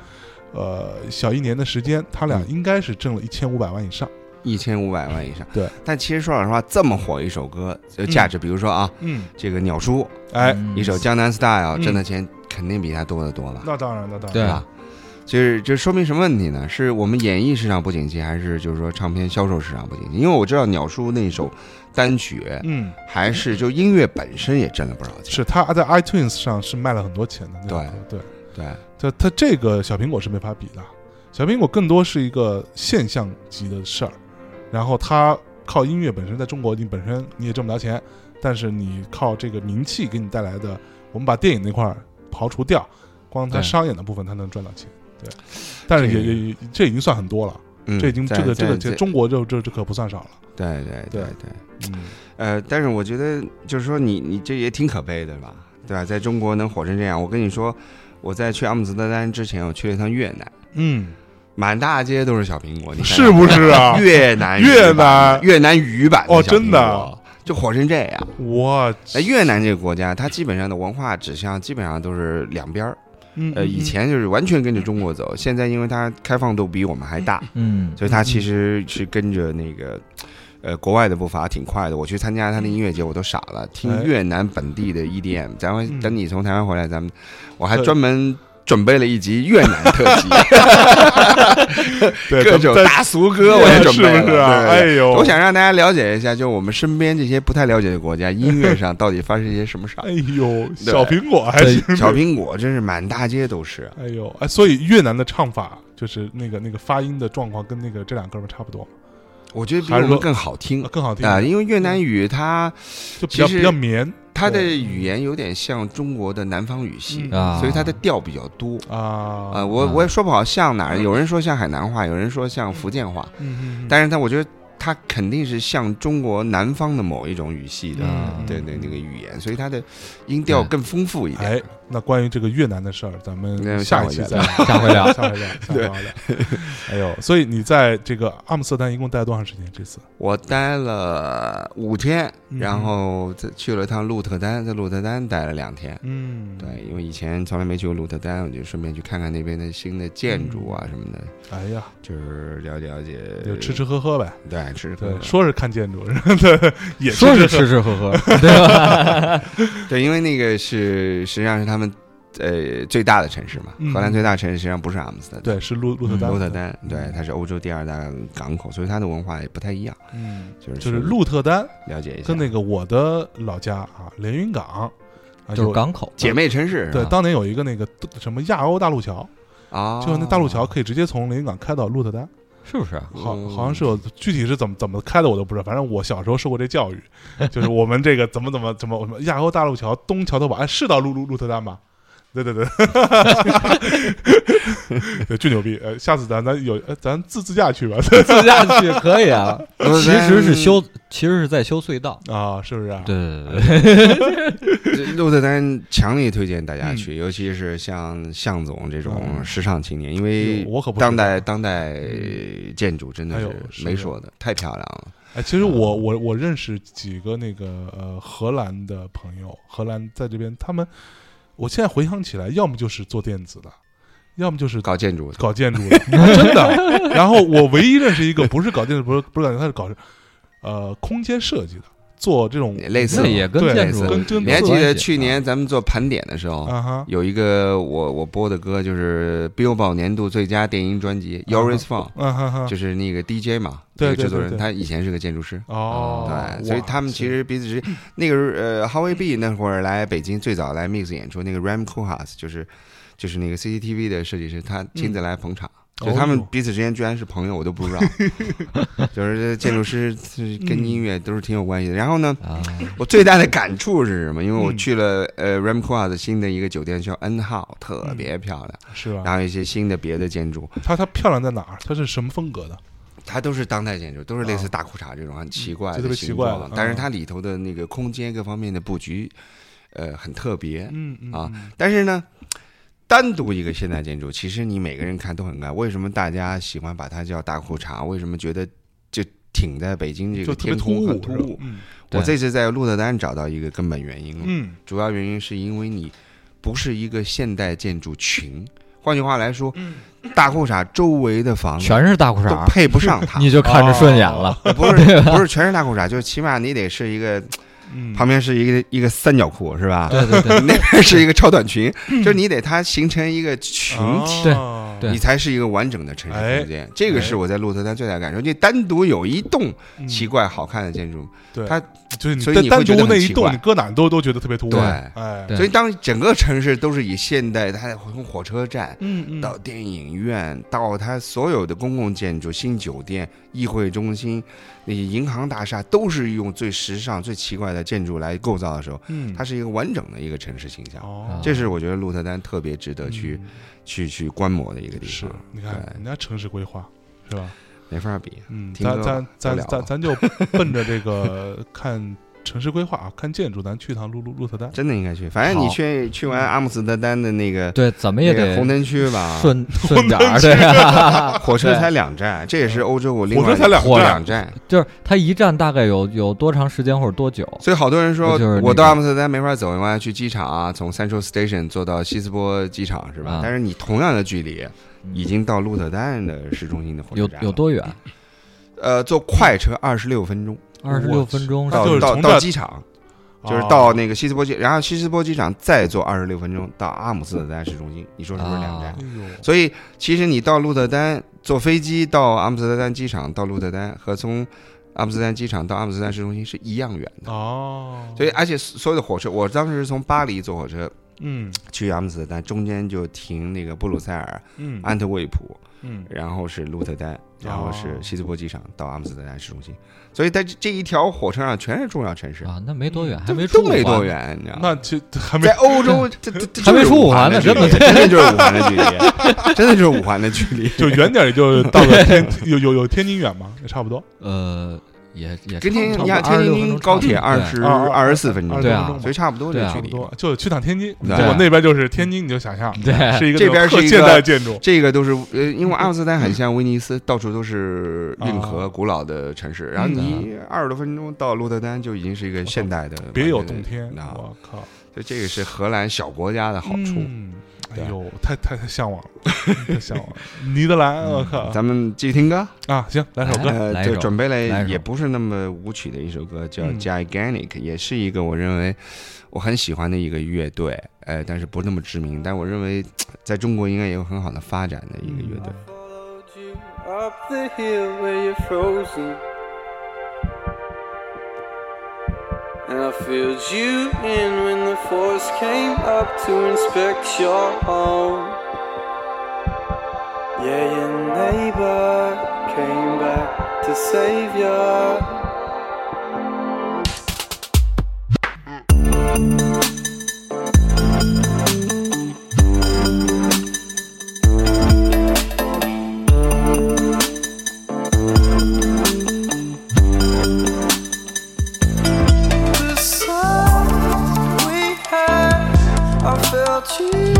A: 呃小一年的时间，他俩
B: 嗯
A: 应该是挣了一千五百万以上。
B: 一千五百万以上。
A: 对，
B: 但其实说老实话，这么火一首歌，就价值，比如说啊，
A: 嗯，
B: 这个鸟叔
A: 哎，
C: 嗯
B: 一首《江南 Style》
A: 嗯
B: 挣的钱肯定比他多得多吧？
A: 那当然，那当然，
C: 对
B: 吧？就是这说明什么问题呢？是我们演艺市场不景气，还是就是说唱片销售市场不景气？因为我知道鸟叔那首单曲，
A: 嗯，
B: 还是就音乐本身也挣了不少钱。
A: 是他在 iTunes 上是卖了很多钱的。那首
B: 对
A: 歌对，
B: 对，
A: 他他这个小苹果是没法比的，小苹果更多是一个现象级的事儿，然后它靠音乐本身，在中国你本身你也挣不着钱，但是你靠这个名气给你带来的，我们把电影那块儿刨除掉，光它
C: 对
A: 商演的部分，它能赚到钱，对，但是
B: 这
A: 也
B: 个
A: 也也这已经算很多了，
B: 嗯，
A: 这已经
B: 在
A: 这个这
B: 在
A: 个
B: 在
A: 这中国这这这可不算少了，
B: 对对
A: 对
B: 对对。
A: 嗯，
B: 呃，但是我觉得就是说你你这也挺可悲的吧，对吧？在中国能火成这样，我跟你说，我在去阿姆斯特丹之前，我去了一趟越南，
A: 嗯，
B: 满大街都是小苹果，你看
A: 是不是 啊？
B: 越南
A: 越
B: 语版
A: 南
B: 越南语版
A: 哦
B: 小
A: 真的
B: 苹果就火成这样。
A: 我
B: 那越南这个国家，它基本上的文化指向基本上都是两边儿，
A: 嗯
B: 呃，
A: 嗯
B: 以前就是完全跟着中国走，现在因为它开放度比我们还大，
C: 嗯，
B: 所以它其实是跟着那个。呃，国外的步伐挺快的。我去参加他的音乐节，我都傻了，
A: 哎
B: 听越南本地的 EDM。咱们
A: 嗯
B: 等你从台湾回来，咱们我还
A: 对
B: 专门准备了一集越南特辑，
A: 嗯对
B: 各种
A: 咱
B: 大俗歌我也准备了。
A: 是不是啊？
B: 对对对
A: 哎呦，
B: 我想让大家了解一下，就我们身边这些不太了解的国家，音乐上到底发生一些什么事儿
A: 哎。呦，小苹果还
C: 对
A: 是
B: 小苹果真是满大街都是，
A: 哎呦哎，所以越南的唱法就是那个那个发音的状况跟那个这两哥们儿差不多，
B: 我觉得比
A: 还
B: 我
A: 是说
B: 们更好听
A: 啊更好听
B: 啊、因为越南语它
A: 就比较
B: 其实
A: 比较绵
B: 它的
A: 对
B: 语言有点像中国的南方语系，
A: 嗯
C: 啊，
B: 所以它的调比较多。
A: 啊嗯
B: 啊、我我也说不好像哪儿，有人说像海南话，有人说像福建话，
A: 嗯嗯嗯
B: 但是它我觉得它肯定是像中国南方的某一种语系的，
A: 嗯
B: 对对那个语言，所以它的音调
C: 对
B: 更丰富一点。
A: 哎，那关于这个越南的事儿，咱们
B: 那
A: 下
B: 下
A: 一
B: 回
A: 期
B: 再
A: 再
C: 聊下回 聊
A: 下 回聊，下回聊。哎呦，所以你在这个阿姆斯特丹一共待了多长时间？这次
B: 我待了五天，
A: 嗯
B: 然后再去了趟鹿特丹，在鹿特丹待了两天。
A: 嗯，
B: 对，，因为以前从来没去过鹿特丹，我就顺便去看看那边的新的建筑啊什么的，
A: 哎呀，
B: 就是了解了解。
A: 就吃吃喝喝呗。
B: 对吃吃喝
A: 对，
B: 喝
A: 说是看建筑， 对，也
C: 说是
A: 吃
C: 吃吃喝喝， 对吧？
B: 对，因为那个是实际上是他们呃最大的城市嘛，
A: 嗯
B: 荷兰最大城市实际上不是阿姆斯特丹，
A: 对，是鹿鹿特丹，
B: 鹿特丹，对，它是欧洲第二大港口，所以它的文化也不太一样，
A: 嗯，
B: 就是
A: 就是鹿特丹
B: 了解一下
A: 跟那个我的老家啊，连云港啊
C: 就是
A: 有
C: 港口
B: 姐妹城市是
A: 对，
B: 吧
A: 当年有一个那个什么亚欧大陆桥，
B: 啊，
A: 就是那大陆桥可以直接从临港开到鹿特丹，
C: 是不是？啊
A: 好
B: 嗯
A: 好像是有具体是怎么怎么开的我都不知道，反正我小时候受过这教育，就是我们这个怎么怎么怎么我们亚欧大陆桥东桥头堡，哎，是到鹿鹿鹿特丹吧？对对 对，对，巨牛逼！呃，下次咱咱有呃咱自自驾去吧，
C: 自驾去可以啊，其实是修，其实是在修隧道。
A: 嗯啊，是不是、啊？
C: 对对对，
B: 这鹿特丹强烈推荐大家去，尤其是像向总这种
A: 嗯
B: 时尚青年，因
A: 哎
B: 为
A: 呦，我可不
B: 当
A: 知道
B: 代当代建筑真的
A: 哎呦
B: 是
A: 是
B: 没
A: 的
B: 说的，太漂亮了。
A: 哎，其实我我我认识几个那个呃荷兰的朋友，荷兰在这边，他们我现在回想起来，要么就是做电子的，要么就是
B: 搞建筑
A: 搞建筑的， 真的。然后我唯一认识一个不是搞建筑，不是不是搞建筑，他是搞呃空间设计的，做这种
B: 也类似
C: 那也跟
A: 嗯对
C: 建筑
A: 类似跟
B: 你还记
C: 有
B: 得
C: 关系
B: 去年咱们做盘点的时候，
A: 啊哈
B: 有一个我我播的歌就是 Billboard 年度最佳电音专辑《Yoris Fong
A: 啊哈》，哈
B: 就是那个 DJ 嘛，
A: 对
B: 那个制
A: 对
B: 作
A: 对
B: 人，
A: 对
B: 他以前是个建筑师。
A: 哦，
B: 对，所以
A: 哇
B: 他们其实彼此之间，那个呃，Howie B 那会儿来北京最早来 mix 演出，那个 Ram Koolhaas 就是就是那个 CCTV 的设计师，他亲自来捧场，
A: 嗯
B: 就他
A: 哦
B: 们
A: 呦
B: 彼此之间居然是朋友，我都不知 道。就是这建筑师是
A: 嗯
B: 跟音乐都是挺有关系的。然后呢，
C: 啊，
B: 我最大的感触是什么？因为我
A: 嗯
B: 去了呃 Ram Koolhaas 新的一个酒店叫 N 号，特
A: 嗯
B: 别漂亮，
A: 是吧？
B: 然后一些新的别的建筑，
A: 它它漂亮在哪儿？它是什么风格的？
B: 它都是当代建筑，都是类似大裤衩这种很奇怪
A: 啊嗯就特
B: 的
A: 别奇
B: 形
A: 怪
B: 状，
A: 的
B: 但是
A: 嗯
B: 它里头的那个空间各方面的布局，呃，很特别。
A: 嗯嗯
B: 啊
A: 嗯
B: 但是呢，单独一个现代建筑，其实你每个人看都很干。为什么大家喜欢把它叫大裤衩？为什么觉得就挺在北京这
A: 就
B: 个
A: 特别
B: 天
A: 突
B: 空
A: 兀
B: 很突
A: 是吧
B: 兀？
A: 嗯
B: 我这次在鹿特丹找到一个根本原因了，啊
A: 嗯
B: 主要原因是因为你不是一个现代建筑群。换句话来说，
A: 嗯
B: 大裤衩周围的房子
C: 啊全是大裤
B: 都
C: 衩，
B: 配不上它。
C: 你就看着顺眼了。
B: 不是不是全是大裤衩，就是起码你得是一个
A: 嗯，
B: 旁边是一个一个三角裤是
A: 哦
B: 吧？
C: 对对对，
B: 那边是一个超短裙，就是你得它形成一个群体，
A: 嗯哦哎
C: 对对
B: 你才是一个完整的城市空间。这个是我在鹿特丹最大的感受，就单独有一栋
A: 嗯
B: 奇怪好看的建筑，
A: 对，
B: 它
A: 就是你
B: 所以
A: 单
B: 你会
A: 单
B: 觉得
A: 独那
B: 很
A: 一
B: 奇
A: 栋，
B: 怪
A: 你搁哪都都觉得特别突兀。
B: 对
A: 哎，
C: 对
B: 所以当整个城市都是以现代，它从火车站
A: 嗯嗯，
B: 到电影院，到它所有的公共建筑、新酒店、议会中心、那些银行大厦，都是用最时尚、最奇怪的建筑来构造的时候，
A: 嗯，
B: 它是一个完整的一个城市形象。
A: 哦，嗯
B: 这是我觉得鹿特丹特别值得去、去去观摩的一个地
A: 是
B: 方，，
A: 你看
B: 对
A: 人家城市规划是吧？
B: 没法比。
A: 嗯，
B: 听
A: 咱
B: 歌
A: 咱
B: 吧
A: 咱
B: 不聊
A: 咱
B: 了
A: 咱 就奔着这个看城市规划啊，看建筑，咱去趟鹿鹿鹿特丹。
B: 真的应该去，反正你去去完阿姆斯特丹的那个
C: 对，怎么
B: 那
C: 也
B: 个
C: 得
B: 红灯区吧，
C: 顺顺点儿，对啊，
B: 火车
C: 对
B: 才两站，这也是欧洲我另
A: 火
B: 外
A: 车才两
B: 火
A: 站
B: 两站，
C: 就是它一站大概有有多长时间或者多久？
B: 所以好多人说
C: 我就是那个
B: 我到阿姆斯特丹没法走，因为要去机场啊，从 Central Station 坐到希斯波机场是吧
C: 啊？
B: 但是你同样的距离
C: 嗯
B: 已经到鹿特丹的市中心的火车
C: 有
B: 站了
C: 有多远？
B: 呃，坐快车二十六分钟
C: 二十六分钟
A: 那
C: 到
A: 就
B: 到
A: 是从
B: 到
A: 这
B: 到
A: 儿
B: 机场，
A: 哦
B: 就是到那个希斯波机，然后希斯波机场再坐二十六分钟到阿姆斯特丹市中心，你说是不是两站
C: 啊
A: 哎？呦，
B: 所以其实你到鹿特丹坐飞机到阿姆斯特丹机场到鹿特丹和从阿姆斯特丹机场到阿姆斯特丹市中心是一样远的。
A: 哦，
B: 所以而且所有的火车，我当时是从巴黎坐火车
A: 嗯
B: 去阿姆斯特丹，中间就停那个布鲁塞尔、
A: 嗯
B: 安特卫普，
A: 嗯
B: 然后是鹿特丹，然后
A: 哦
B: 是希斯波机场到阿姆斯特丹市中心。所以在这这一条火车上全是重要城市，
C: 啊，那没多远，还
B: 都
C: 没出啊
B: 都
C: 五
B: 没多
C: 环
B: 远，你知道吗？
A: 那其还没
B: 在 欧洲，这这这
C: 还没出五环呢
B: 真
C: 真的
B: 真的就是五环的距离，真的就 是五环的距离，
A: 就远点儿也就到了天 有有有天津远吗？也差不多，
C: 呃，也也
B: 跟天
C: 差
B: 津，
C: 不
B: 你
C: 多
B: 看
C: 26
B: 天
C: 分
B: 津
C: 钟
B: 高
C: 差不
B: 铁
C: 多
B: 二十
A: 对啊
B: 二十四分钟，
A: 对
C: 啊
B: 所以差不多这
C: 对
B: 距
C: 啊
A: 差不
B: 离。
A: 多就去趟天津，
B: 对
A: 结果那边就是天津，你就想象
C: 对
A: 是一个
B: 这
A: 那种
B: 边是
A: 特
B: 一
A: 现
B: 个
A: 代建筑，
B: 这个都是呃，因为阿姆斯特丹很像威尼斯，到处都是运河、
A: 啊
B: 古老的城市。
C: 嗯
B: 然后你
C: 啊
B: 二十多分钟到鹿特丹，就已经是一个现代的，
A: 别有洞天，
B: 啊！
A: 我靠，
B: 所以这个是荷兰小国家的好处。
A: 嗯哎
B: 对
A: 呦，太太太向往了，太向 往了！尼德兰，我靠
B: 嗯咱们继续听歌，
A: 啊！行，来首歌，
B: 呃，
C: 来一首
B: 就准备
C: 来
B: 了
C: 一首
B: 也不是那么舞曲的一首歌，叫
A: 嗯
B: 《Gigantic》，也是一个我认为我很喜欢的一个乐队，呃，但是不那么知名，但我认为嘖在中国应该也有很好的发展的一个乐队。
C: 嗯
F: followed you up the hill where you're frozen. And I filled you in when the force came up to inspect your home. Yeah, your neighbor came back to save ya. The sun we had, I felt you.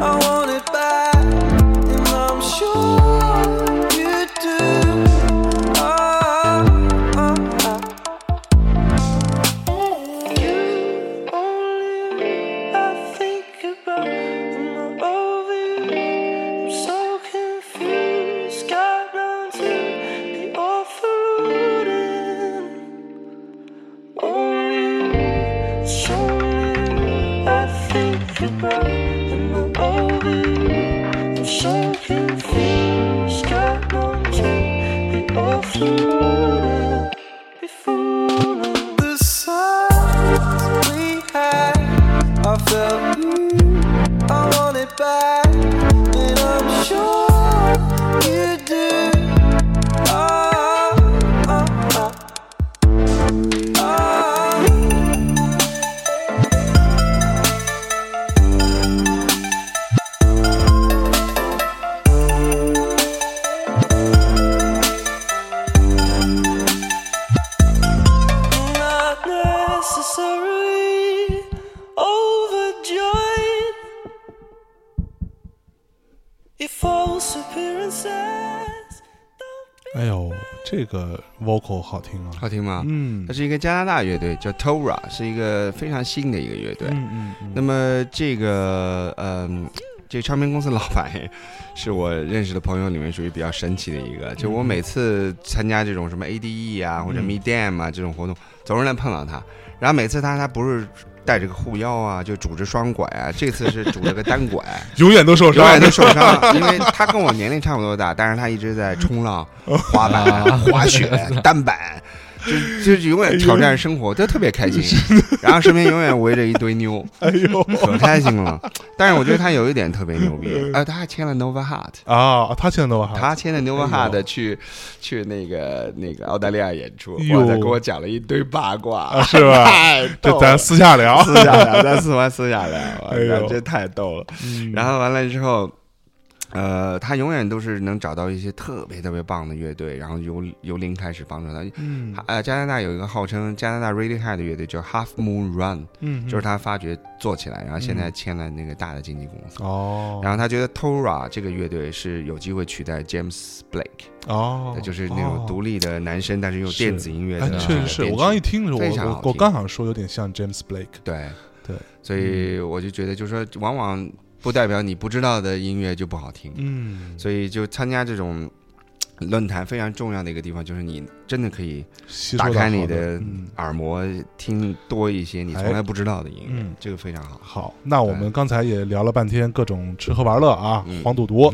F: I want it back, and I'm sure you do. Ah, ah, ah. You only I think about, and I'm over you. I'm so confused, got down to the awful rooting. Only, it's only I think about and I'm over you. I'm so confused, got no time to be offloaded. Before the signs we had, I felt you. I want it back, and I'm sure you do. Ah, ah, ah, ah. not necessarily overjoyed. If false appearances don't
A: 哎呦，这个 vocal 好听啊！
B: 好听吗？
A: 嗯
B: 它是一个加拿大乐队，叫 Tora，是一个非常新的一个乐队。
A: 嗯嗯
B: 那么这个，嗯、这个唱片公司老板是我认识的朋友里面属于比较神奇的一个。就我每次参加这种什么 ADE 啊或者
A: 嗯
B: Medium 啊这种活动，总是能碰到他。然后每次他他不是带着个护腰啊，就拄着双拐啊，这次是拄着个单拐。
A: 永远都受
B: 永
A: 伤
B: 远都。受伤了，因为他跟我年龄差不多大，但是他一直在冲浪、滑
C: 啊
B: 板、滑雪、单板，就就是永远挑战生活，都特别开心。然后身边永远围着一堆妞，
A: 哎 呦
B: 可开心了。但是我觉得他有一点特别牛
A: 嗯
B: 逼，啊，他还签了 Nova Heart。
A: 啊，他现在都还
B: 他签的 Nova
A: 哎呦
B: Hard 去去那个那个澳大利亚演出，
A: 哎呦
B: 哇，他给我讲了一堆八卦
A: 啊，是吧
B: 太逗
A: 这
B: 了
A: 咱私下聊。
B: 私下聊，咱私完私下聊，哇
A: 哎呦
B: 这太逗了。
A: 嗯
B: 然后完了之后，呃，他永远都是能找到一些特别特别棒的乐队，然后由由零开始帮助他。
A: 嗯
B: 呃，加拿大有一个号称加拿大 Radiohead 的乐队叫 Half Moon Run，、
A: 嗯，
B: 就是他发掘做起来，然后现在签了那个大的经纪公司。
A: 哦，
B: 然后他觉得 Tora 这个乐队是有机会取代 James Blake，、
A: 哦，
B: 就是那
A: 哦
B: 种独立的男生，但是用
A: 是
B: 电子音乐
A: 哎
B: 的。，
A: 确实是我刚刚一听的时候，
B: 非常
A: 我
B: 好
A: 我我
B: 听
A: 刚想说有点像 James Blake，
B: 对
A: 对，嗯
B: 所以我就觉得，就是说，往往不代表你不知道的音乐就不好听。
A: 嗯，
B: 所以就参加这种嗯论坛非常重要的一个地方，就是你真的可以
A: 吸收
B: 打
A: 到
B: 开
A: 好
B: 你
A: 的
B: 的
A: 嗯
B: 耳膜，听多一些你
A: 哎
B: 从来不知道的音乐
A: 嗯，
B: 这个非常好。
A: 好，那我们刚才也聊了半天各种吃喝玩乐啊，
B: 嗯
A: 黄赌毒，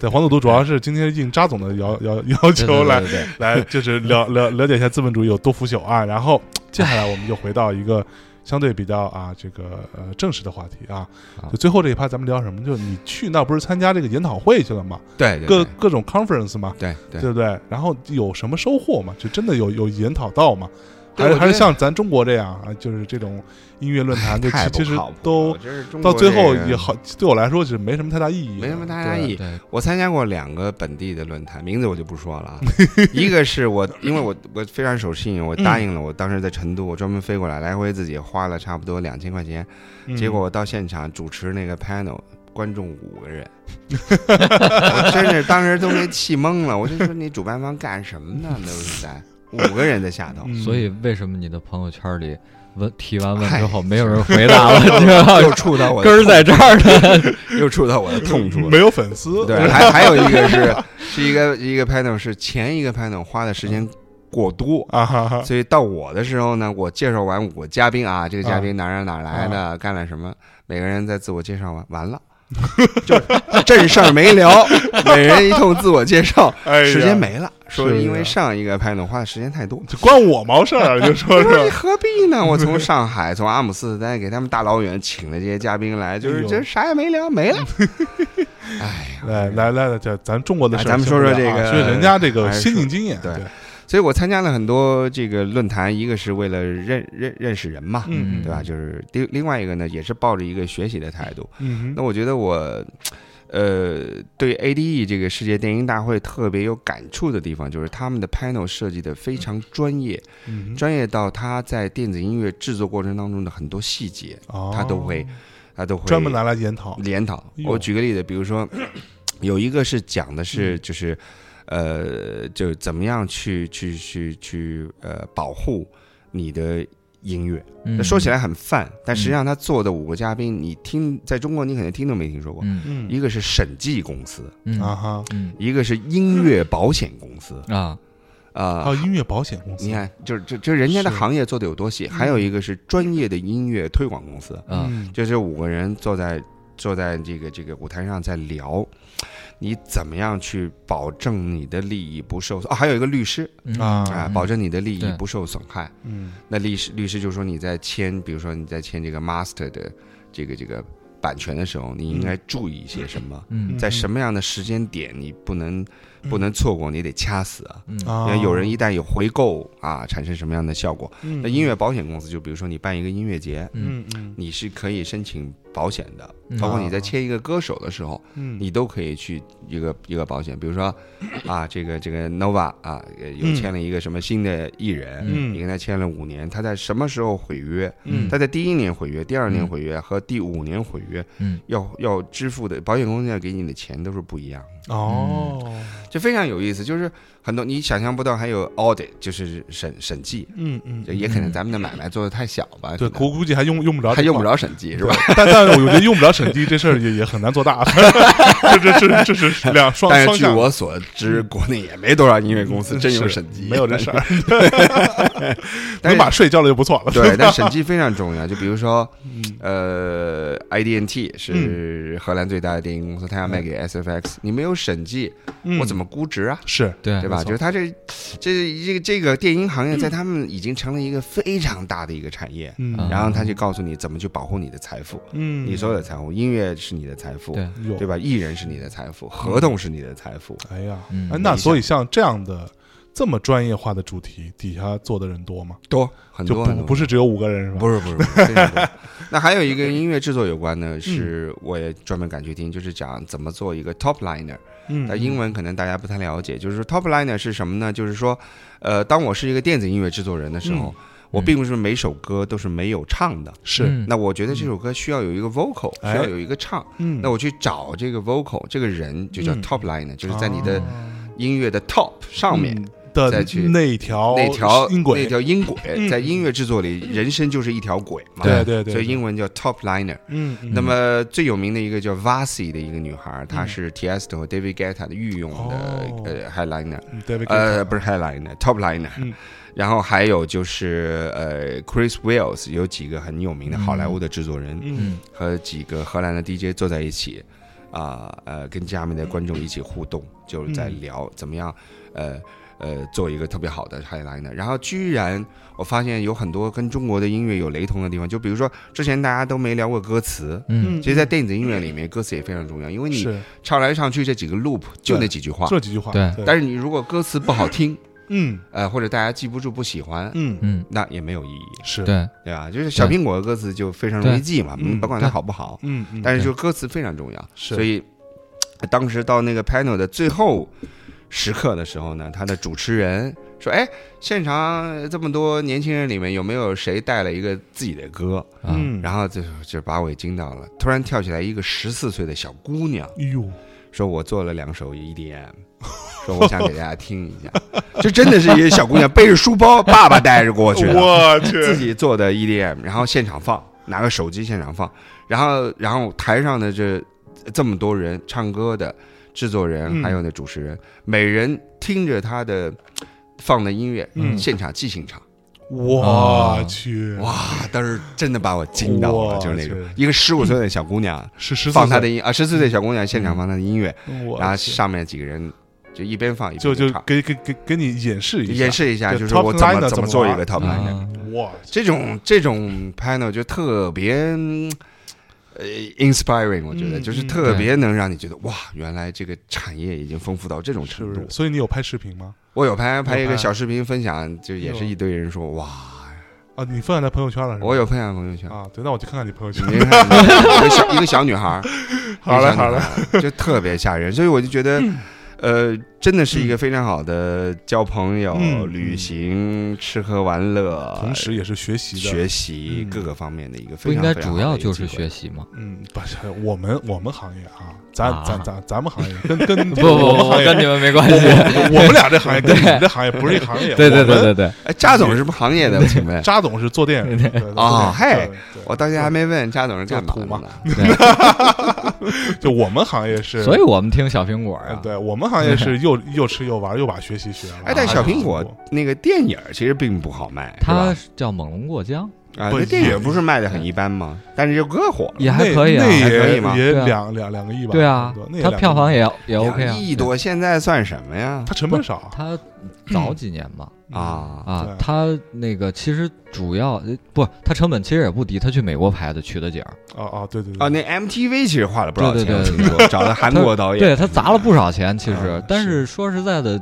A: 对黄赌毒主要是今天应扎总的要要要
C: 对
A: 求来
C: 对对
A: 来，就是了了了解一下资本主义有多腐朽啊。然后接下来我们就回到一个相对比较啊这个呃正式的话题啊，
C: 好
A: 就最后这一趴咱们聊什么？就你去那不是参加这个研讨会去了吗？
B: 对对
A: 各
B: 对
A: 各种 conference 嘛，
B: 对对
A: 对不对？然后有什么收获吗？就真的有有研讨到吗？
B: 对
A: 还是
B: 我觉
A: 还
B: 得
A: 是像咱中国这样啊，就是这种音乐论坛，就
B: 太
A: 其
B: 不
A: 其实
B: 靠谱
A: 都
B: 了这是中
A: 到
B: 国
A: 最
B: 这
A: 后
B: 个
A: 也好，对我来说是没什么太大意义的，啊
B: 没什么太大意
A: 义。
B: 义。
C: 对，
B: 我参加过两个本地的论坛，名字我就不说 了啊。一个是我，因为我我非常守信用，我
A: 嗯
B: 答应了，我当时在成都，我专门飞过来，来回自己花了差不多两千块钱，
A: 嗯
B: 结果我到现场主持那个 panel，观众五个 人，我真是当时都给气懵了。我就说你主办方干什么呢？都是在五个人在下头，
A: 嗯
C: 所以为什么你的朋友圈里问提完问之后
B: 哎
C: 没有人回答了？你知道
B: 又
C: 吗
B: 触到我的
C: 根儿在这儿 呢。
B: 痛又触到我的痛处
A: 没
B: 了。
A: 有粉 丝，
B: 对， 还还有一个是是一个一个 panel 是前一个 panel 花的时间过多。
A: 啊哈哈，
B: 所以到我的时候呢，我介绍完我嘉宾啊，这个嘉
A: 啊嗯
B: 宾哪儿哪儿哪儿来的，干了什么，每个人在自我介绍完，完了，就正事儿没聊，每人一通自我介绍，
A: 哎呀
B: 时间没了，说
A: 是
B: 因为
A: 呀
B: 上一个拍呢花的时间太多。
A: 这关我毛事儿啊，就说
B: 我说你
A: 是
B: 何必呢？我从上海，从阿姆斯特丹给他们大老远请了这些嘉宾来，就
A: 哎
B: 是
A: 呦
B: 这啥也没聊，没了。
A: 来来来来，这咱中国的
B: 哎
A: 事儿
B: 咱们
A: 先不
B: 说
A: 聊
B: 说
A: 啊
B: 这个
A: 所以人家这个
B: 还是
A: 先进
B: 说
A: 经验，
B: 对所以我参加了很多这个论坛，一个是为了认认认识人嘛，
A: 嗯，
B: 对吧？就是另另外一个呢，也是抱着一个学习的态度。
A: 嗯
B: 那
A: 哼，
B: 我觉得我，呃，对 ADE 这个世界电影大会特别有感触的地方，就是他们的 panel 设计的非常专业，
A: 嗯哼
B: 专业到他在电子音乐制作过程当中的很多细节，
A: 哦
B: 他都会，他都会
A: 专门拿来研讨，
B: 研讨。
A: 哎呦
B: 我举个例子，比如说有一个是讲的
A: 嗯
B: 是就是，呃，就是怎么样去去去去呃保护你的音乐。
A: 嗯
B: 那说起
C: 来，
B: 来很泛，但实际上他做的五个嘉宾，你听在中国你可能听都没听说过。
C: 嗯
A: 嗯
B: 一个是审计公司，
C: 嗯
A: 啊哈，
C: 嗯
B: 一个是音乐保险公司
C: 啊，
A: 还嗯有
B: 啊。
A: 音乐保险公司，
B: 你看，就是这这人家的
A: 是
B: 行业做的有多细，还有一个是专业的音乐推广公司，
C: 啊
A: 嗯，
B: 就这五个人坐在坐在这个这个舞台上在聊，你怎么样去保证你的利益不受损？啊，还有一个律师
C: 嗯
A: 啊
B: 啊，
C: 嗯
B: 保证你的利益
C: 对
B: 不受损害。
A: 嗯
B: 那律师律师就说你在签，比如说你在签这个 master 的这个这个版权的时候，你应该注意一些什么？
C: 嗯
B: 在什么样的时间点你不能
A: 嗯
B: 不能错过，你得掐死啊！
C: 嗯
A: 啊
B: 因，为有人一旦有回购啊，产生什么样的效果？
A: 嗯
B: 那音乐保险公司就比如说你办一个音乐节，
C: 嗯
A: 嗯嗯
B: 你是可以申请保险的，
C: 嗯
B: 包括你在签一个歌手的时候，
A: 嗯，
B: 你都可以去一个一个保险，比如说啊，这个这个 Nova 啊，呃有
A: 嗯
B: 签了一个什么新的艺人，
A: 嗯
B: 你跟他签了五年，他在什么时候毁约？
A: 嗯
B: 他在第一年毁约、第二年
C: 嗯
B: 毁约和第五年毁约，
C: 嗯
B: 要要支付的保险公司要给你的钱都是不一样的，
A: 哦，
B: 这非常有意思，就是很多你想象不到，还有 audit 就是审审计，
A: 嗯嗯
B: 就，也可能
C: 嗯
B: 咱们的买卖做的太小吧，
A: 对，
B: 可能
A: 估估计还用用不着，
B: 还用不。着审计是吧？
A: 但但我觉得用不了审计这事儿也也很难做大， 这这这这是两双
B: 但
A: 双
B: 是据
A: 向嗯
B: 我所知，国内也没多少音乐公司真有审计，
A: 没有这事儿，
B: 但
A: 能
B: 是
A: 把税交了就不错了。
B: 对，但审计非常重要。就比如说，
A: 嗯
B: 呃，IDNT 是荷兰最大的电影公司，它要卖给 SFX，你没有审计，
A: 嗯，
B: 我怎么估值啊？
A: 是？
C: 对
B: 对吧？
A: 没错
B: 就是它这这这个这个电影行业，在他们已经成了一个非常大的一个产业。
A: 嗯
C: 啊
B: 然后他就告诉你怎么去保护你的财富，
A: 嗯，
B: 你所有的财富，音乐是你的财富，
C: 对
A: 有
B: 对吧？艺人是你的财
A: 嗯
B: 富，合同是你的财富，
A: 哎呀，
C: 嗯
A: 哎，那
B: 理
A: 所以像这样的这么专业化的主题，底下做的人多吗？
B: 多很
A: 就
B: 多很
A: 不
B: 多
A: 不是只有五个人是吧？
B: 不是不是，不是非常 多那还有一个跟音乐制作有关的
A: 嗯
B: 是，我也专门赶去听，就是讲怎么做一个 top liner。
A: 嗯，
B: 那英文可能大家不太了解，就是说 top liner 是什么呢？就是说，呃，当我是一个电子音乐制作人的时候，
A: 嗯
B: 我并不是每首歌都是没有唱的。
A: 是，
C: 嗯
B: 那我觉得这首歌需要有一个 vocal，
A: 嗯哎
B: 需要有一个唱。
A: 嗯，
B: 那我去找这个 vocal 这个人，就叫
A: 嗯
B: top liner，就是在你的
C: 哦
A: 啊
B: 音乐的 top 上面
A: 嗯的
B: 再去
A: 那条
B: 那条
A: 哦音
B: 那
A: 轨，
B: 条音轨
A: 嗯，
B: 在音乐制作里，人生就是一条轨嘛。
A: 对对对，
B: 所以
A: 对
B: 英文叫 top liner。
A: 嗯，嗯
B: 那么最有名的一个叫 Vasi 的一个女孩，她是 Tiesto 和 David Guetta 的御用的
A: 哦
B: 呃 headliner，
A: 嗯，David Guetta
B: 呃不是 headliner，top liner
A: 嗯。
B: 然后还有就是呃 Chris Wells 有几个很有名的好莱坞的制作人
A: 嗯
B: 和几个荷兰的 DJ 坐在一起。啊呃，跟下面的观众一起互动，就是在
A: 嗯
B: 聊怎么样，呃呃，做一个特别好的 headliner。然后居然我发现有很多跟中国的音乐有雷同的地方，就比如说之前大家都没聊过歌词，
C: 嗯
B: 其实，在电子音乐里面，歌词也非常重要，因为你
A: 是
B: 唱来唱去这几个 loop 就那几句话，
A: 这几句话，
C: 对
B: 但是你如果歌词不好听，
A: 嗯
B: 呃，或者大家记不住、不喜欢，
A: 嗯
C: 嗯
B: 那也没有意义，
A: 是，
C: 对啊
B: 对吧？就是小苹果的歌词就非常容易记嘛，
A: 对
B: 嗯
A: 嗯
B: 甭管它好不好，
A: 嗯嗯，
B: 但是
C: 对
B: 就歌词非常重要，
A: 是
B: 所以呃当时到那个 panel 的最后时刻的时候呢，他的主持人说：“哎，现场这么多年轻人里面有没有谁带了一个自己的歌？”
C: 啊
A: 嗯，
B: 然后就就把我给惊到了，突然跳起来一个十四岁的小姑娘，
A: 哎呦，
B: 说我做了两首 EDM，说我想给大家听一下。 这真的是一个小姑娘背着书包，爸爸带着过去的，
A: 我
B: 自
A: 去，
B: 己做的 EDM，然后现场放，拿个手机现场放，然后然后台上的这这么多人，唱歌的、制作人
A: 嗯
B: 还有那主持人，每人听着他的放的音乐，
A: 嗯
B: 现场即兴唱。
A: 我
C: 哦
A: 去，
B: 哇，啊当时真的把我惊到
A: 我
B: 了，就是那种
A: 去
B: 一个十五岁的小姑娘
A: 是十
B: 放她的音啊，十四岁小姑娘现场放她的音乐，
A: 我
B: 然后
A: 去
B: 上面几个人就一边放一
A: 就
B: 边
A: 就
B: 唱，
A: 给给给给你演示一下，
B: 演示一下，
A: 就
B: 就是
A: top
B: 我怎
A: line 的
B: 么嗯
A: 怎么
B: 做一
A: 玩嗯
B: 个 top line 的。
C: 啊
A: 哇，
B: 这种这种 panel 就特别嗯呃 inspiring，我觉得
A: 嗯
B: 就是
A: 嗯
B: 特别能让你觉得哇，原来这个产业已经丰富到这种
A: 是
B: 程
A: 不
B: 度
A: 是？。所以你有拍视频吗？
B: 我有拍拍一
A: 有拍
B: 个小视频分享，就也是
A: 有
B: 一堆人说哇，
A: 啊，你分享在朋友圈了是吧？
B: 我有分享朋友圈。
A: 啊，对，那我去看看你朋友圈。
B: 你看，一个小一个小 女孩儿，
A: 好嘞嗯
B: 一个小女孩儿，就特别吓人，所以我就觉得，呃，真的是一个非常好的交朋友、
A: 嗯
B: 旅行、吃喝玩乐，
A: 同时也是学习的，
B: 学习
A: 嗯
B: 各个方面的一个
C: 不
B: 非
C: 应
B: 常
C: 该
B: 非常
C: 主
B: 好
C: 要
B: 的一个
C: 就是
B: 机会
C: 学习吗？
A: 嗯，不是我们我们行业啊，咱
C: 啊
A: 咱咱咱们行 业跟跟
C: 不不
A: 我们
C: 不，
A: 行业
C: 跟你们没关系。
A: 我我们俩这行业跟你
C: 对
A: 们这行业不是一行业。
C: 对对对
A: 我们，
C: 对对，
B: 哎，扎总是什么行业的？ 我请问
A: 扎总是做电影的
B: 啊嘿，我
A: 我
B: 到现在还没问扎总是干嘛
A: 做土
B: 的
A: 嘛
B: 呢？
A: 就我们行业是，
C: 所以我们听小苹果啊
A: 呃
C: 呀，
A: 对我们行业是 又又吃又玩，又把学习学了。
B: 哎，但
A: 啊
B: 小苹果那个电影儿其实并不好卖，是
C: 它
B: 吧？
C: 是叫《猛龙过江
B: 啊，
A: 不
B: 那电影儿
A: 也
B: 不是卖的很一般吗？但是就更火了》，。
C: 也还可以啊
A: 那。
B: 还可以
A: 那
B: 吗
A: 也也
C: 对啊
A: 两两两个亿吧？
C: 对啊
A: 差不多那，也
C: 它
A: 两个
C: 票房
A: 亿
C: 也也 OK 啊
B: 两。亿多，现在算什么呀
A: 它？成本少啊
C: 它早几年吧，
B: 啊，
C: 啊
A: 对，
C: 它那个其实主要呃不，它成本其实也不低，它去美国拍的取的景儿，
A: 啊啊！对对对
B: 啊，那 MTV 其实花了不少
C: 对
B: 钱，
C: 对
B: 我
C: 对
B: 听说找的韩国导演，
C: 对，它砸了不少钱其实
A: 啊，
C: 但
A: 是
C: 是说实在的，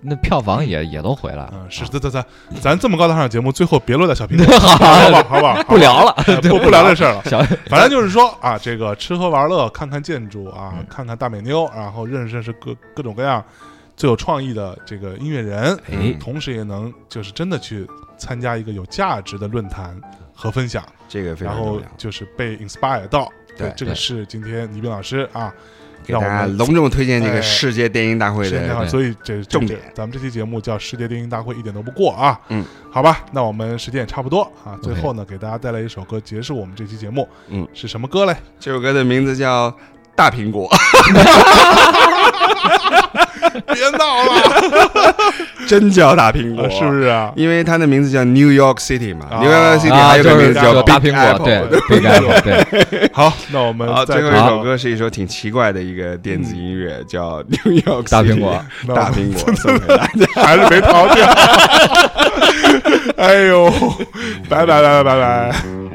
C: 那票房也也都回来了
A: 啊，，是咱咱咱咱这么高大上的节目，最后别落在小苹 果，好吧好吧，好吧
C: 不聊了，
A: 哎
C: 对
A: 不不聊 这事儿了。
C: 小
A: 反正就是说啊，这个吃喝玩乐，看看建筑
B: 嗯
A: 啊，看看大美妞，然后认识认识各各种各样最有创意的这个音乐人，
B: 哎
A: 同时也能就是真的去参加一个有价值的论坛和分享，
B: 这个非
A: 然
B: 常重
A: 后
B: 要，
A: 就是被 inspire 到。
B: 对
A: 这个
C: 对
A: 是今天倪斌老师啊，
B: 给
A: 让
B: 大
A: 我
B: 家
A: 们
B: 隆重推荐这
A: 哎
B: 个世界电影大会
A: 时间
B: 的
A: 上，
C: 对
A: 所以这
B: 重
A: 这
B: 点
A: 咱们这期节目叫《世界电影大会》，一点都不过啊。
B: 嗯，
A: 好吧，那我们时间也差不多啊。最
C: OK
A: 后呢，给大家带来一首歌结束我们这期节目。
B: 嗯，
A: 是什么歌嘞？
B: 这首歌的名字叫《大苹果》，
A: 别闹了，
B: 真叫大苹果，
A: 是不？是啊？
B: 因为它的名字叫 New York City 嘛
A: 啊
B: ，New York City
C: 啊
B: 还有
C: 就
B: 个
C: 是
B: 名字叫
C: 叫大
B: Big
C: 苹果，啊
B: Apple
C: 对，Big Apple，对，
A: 好，那我们
B: 好，
A: 再
B: 啊最后一首
A: 看
B: 歌是一首挺奇怪的一个电子音乐，叫《New York City》
C: 大苹果，
A: 那我
B: 大
A: 们
B: 苹果 送给大家，
A: 还是 没逃掉。哎呦，拜拜拜拜拜拜。
B: 嗯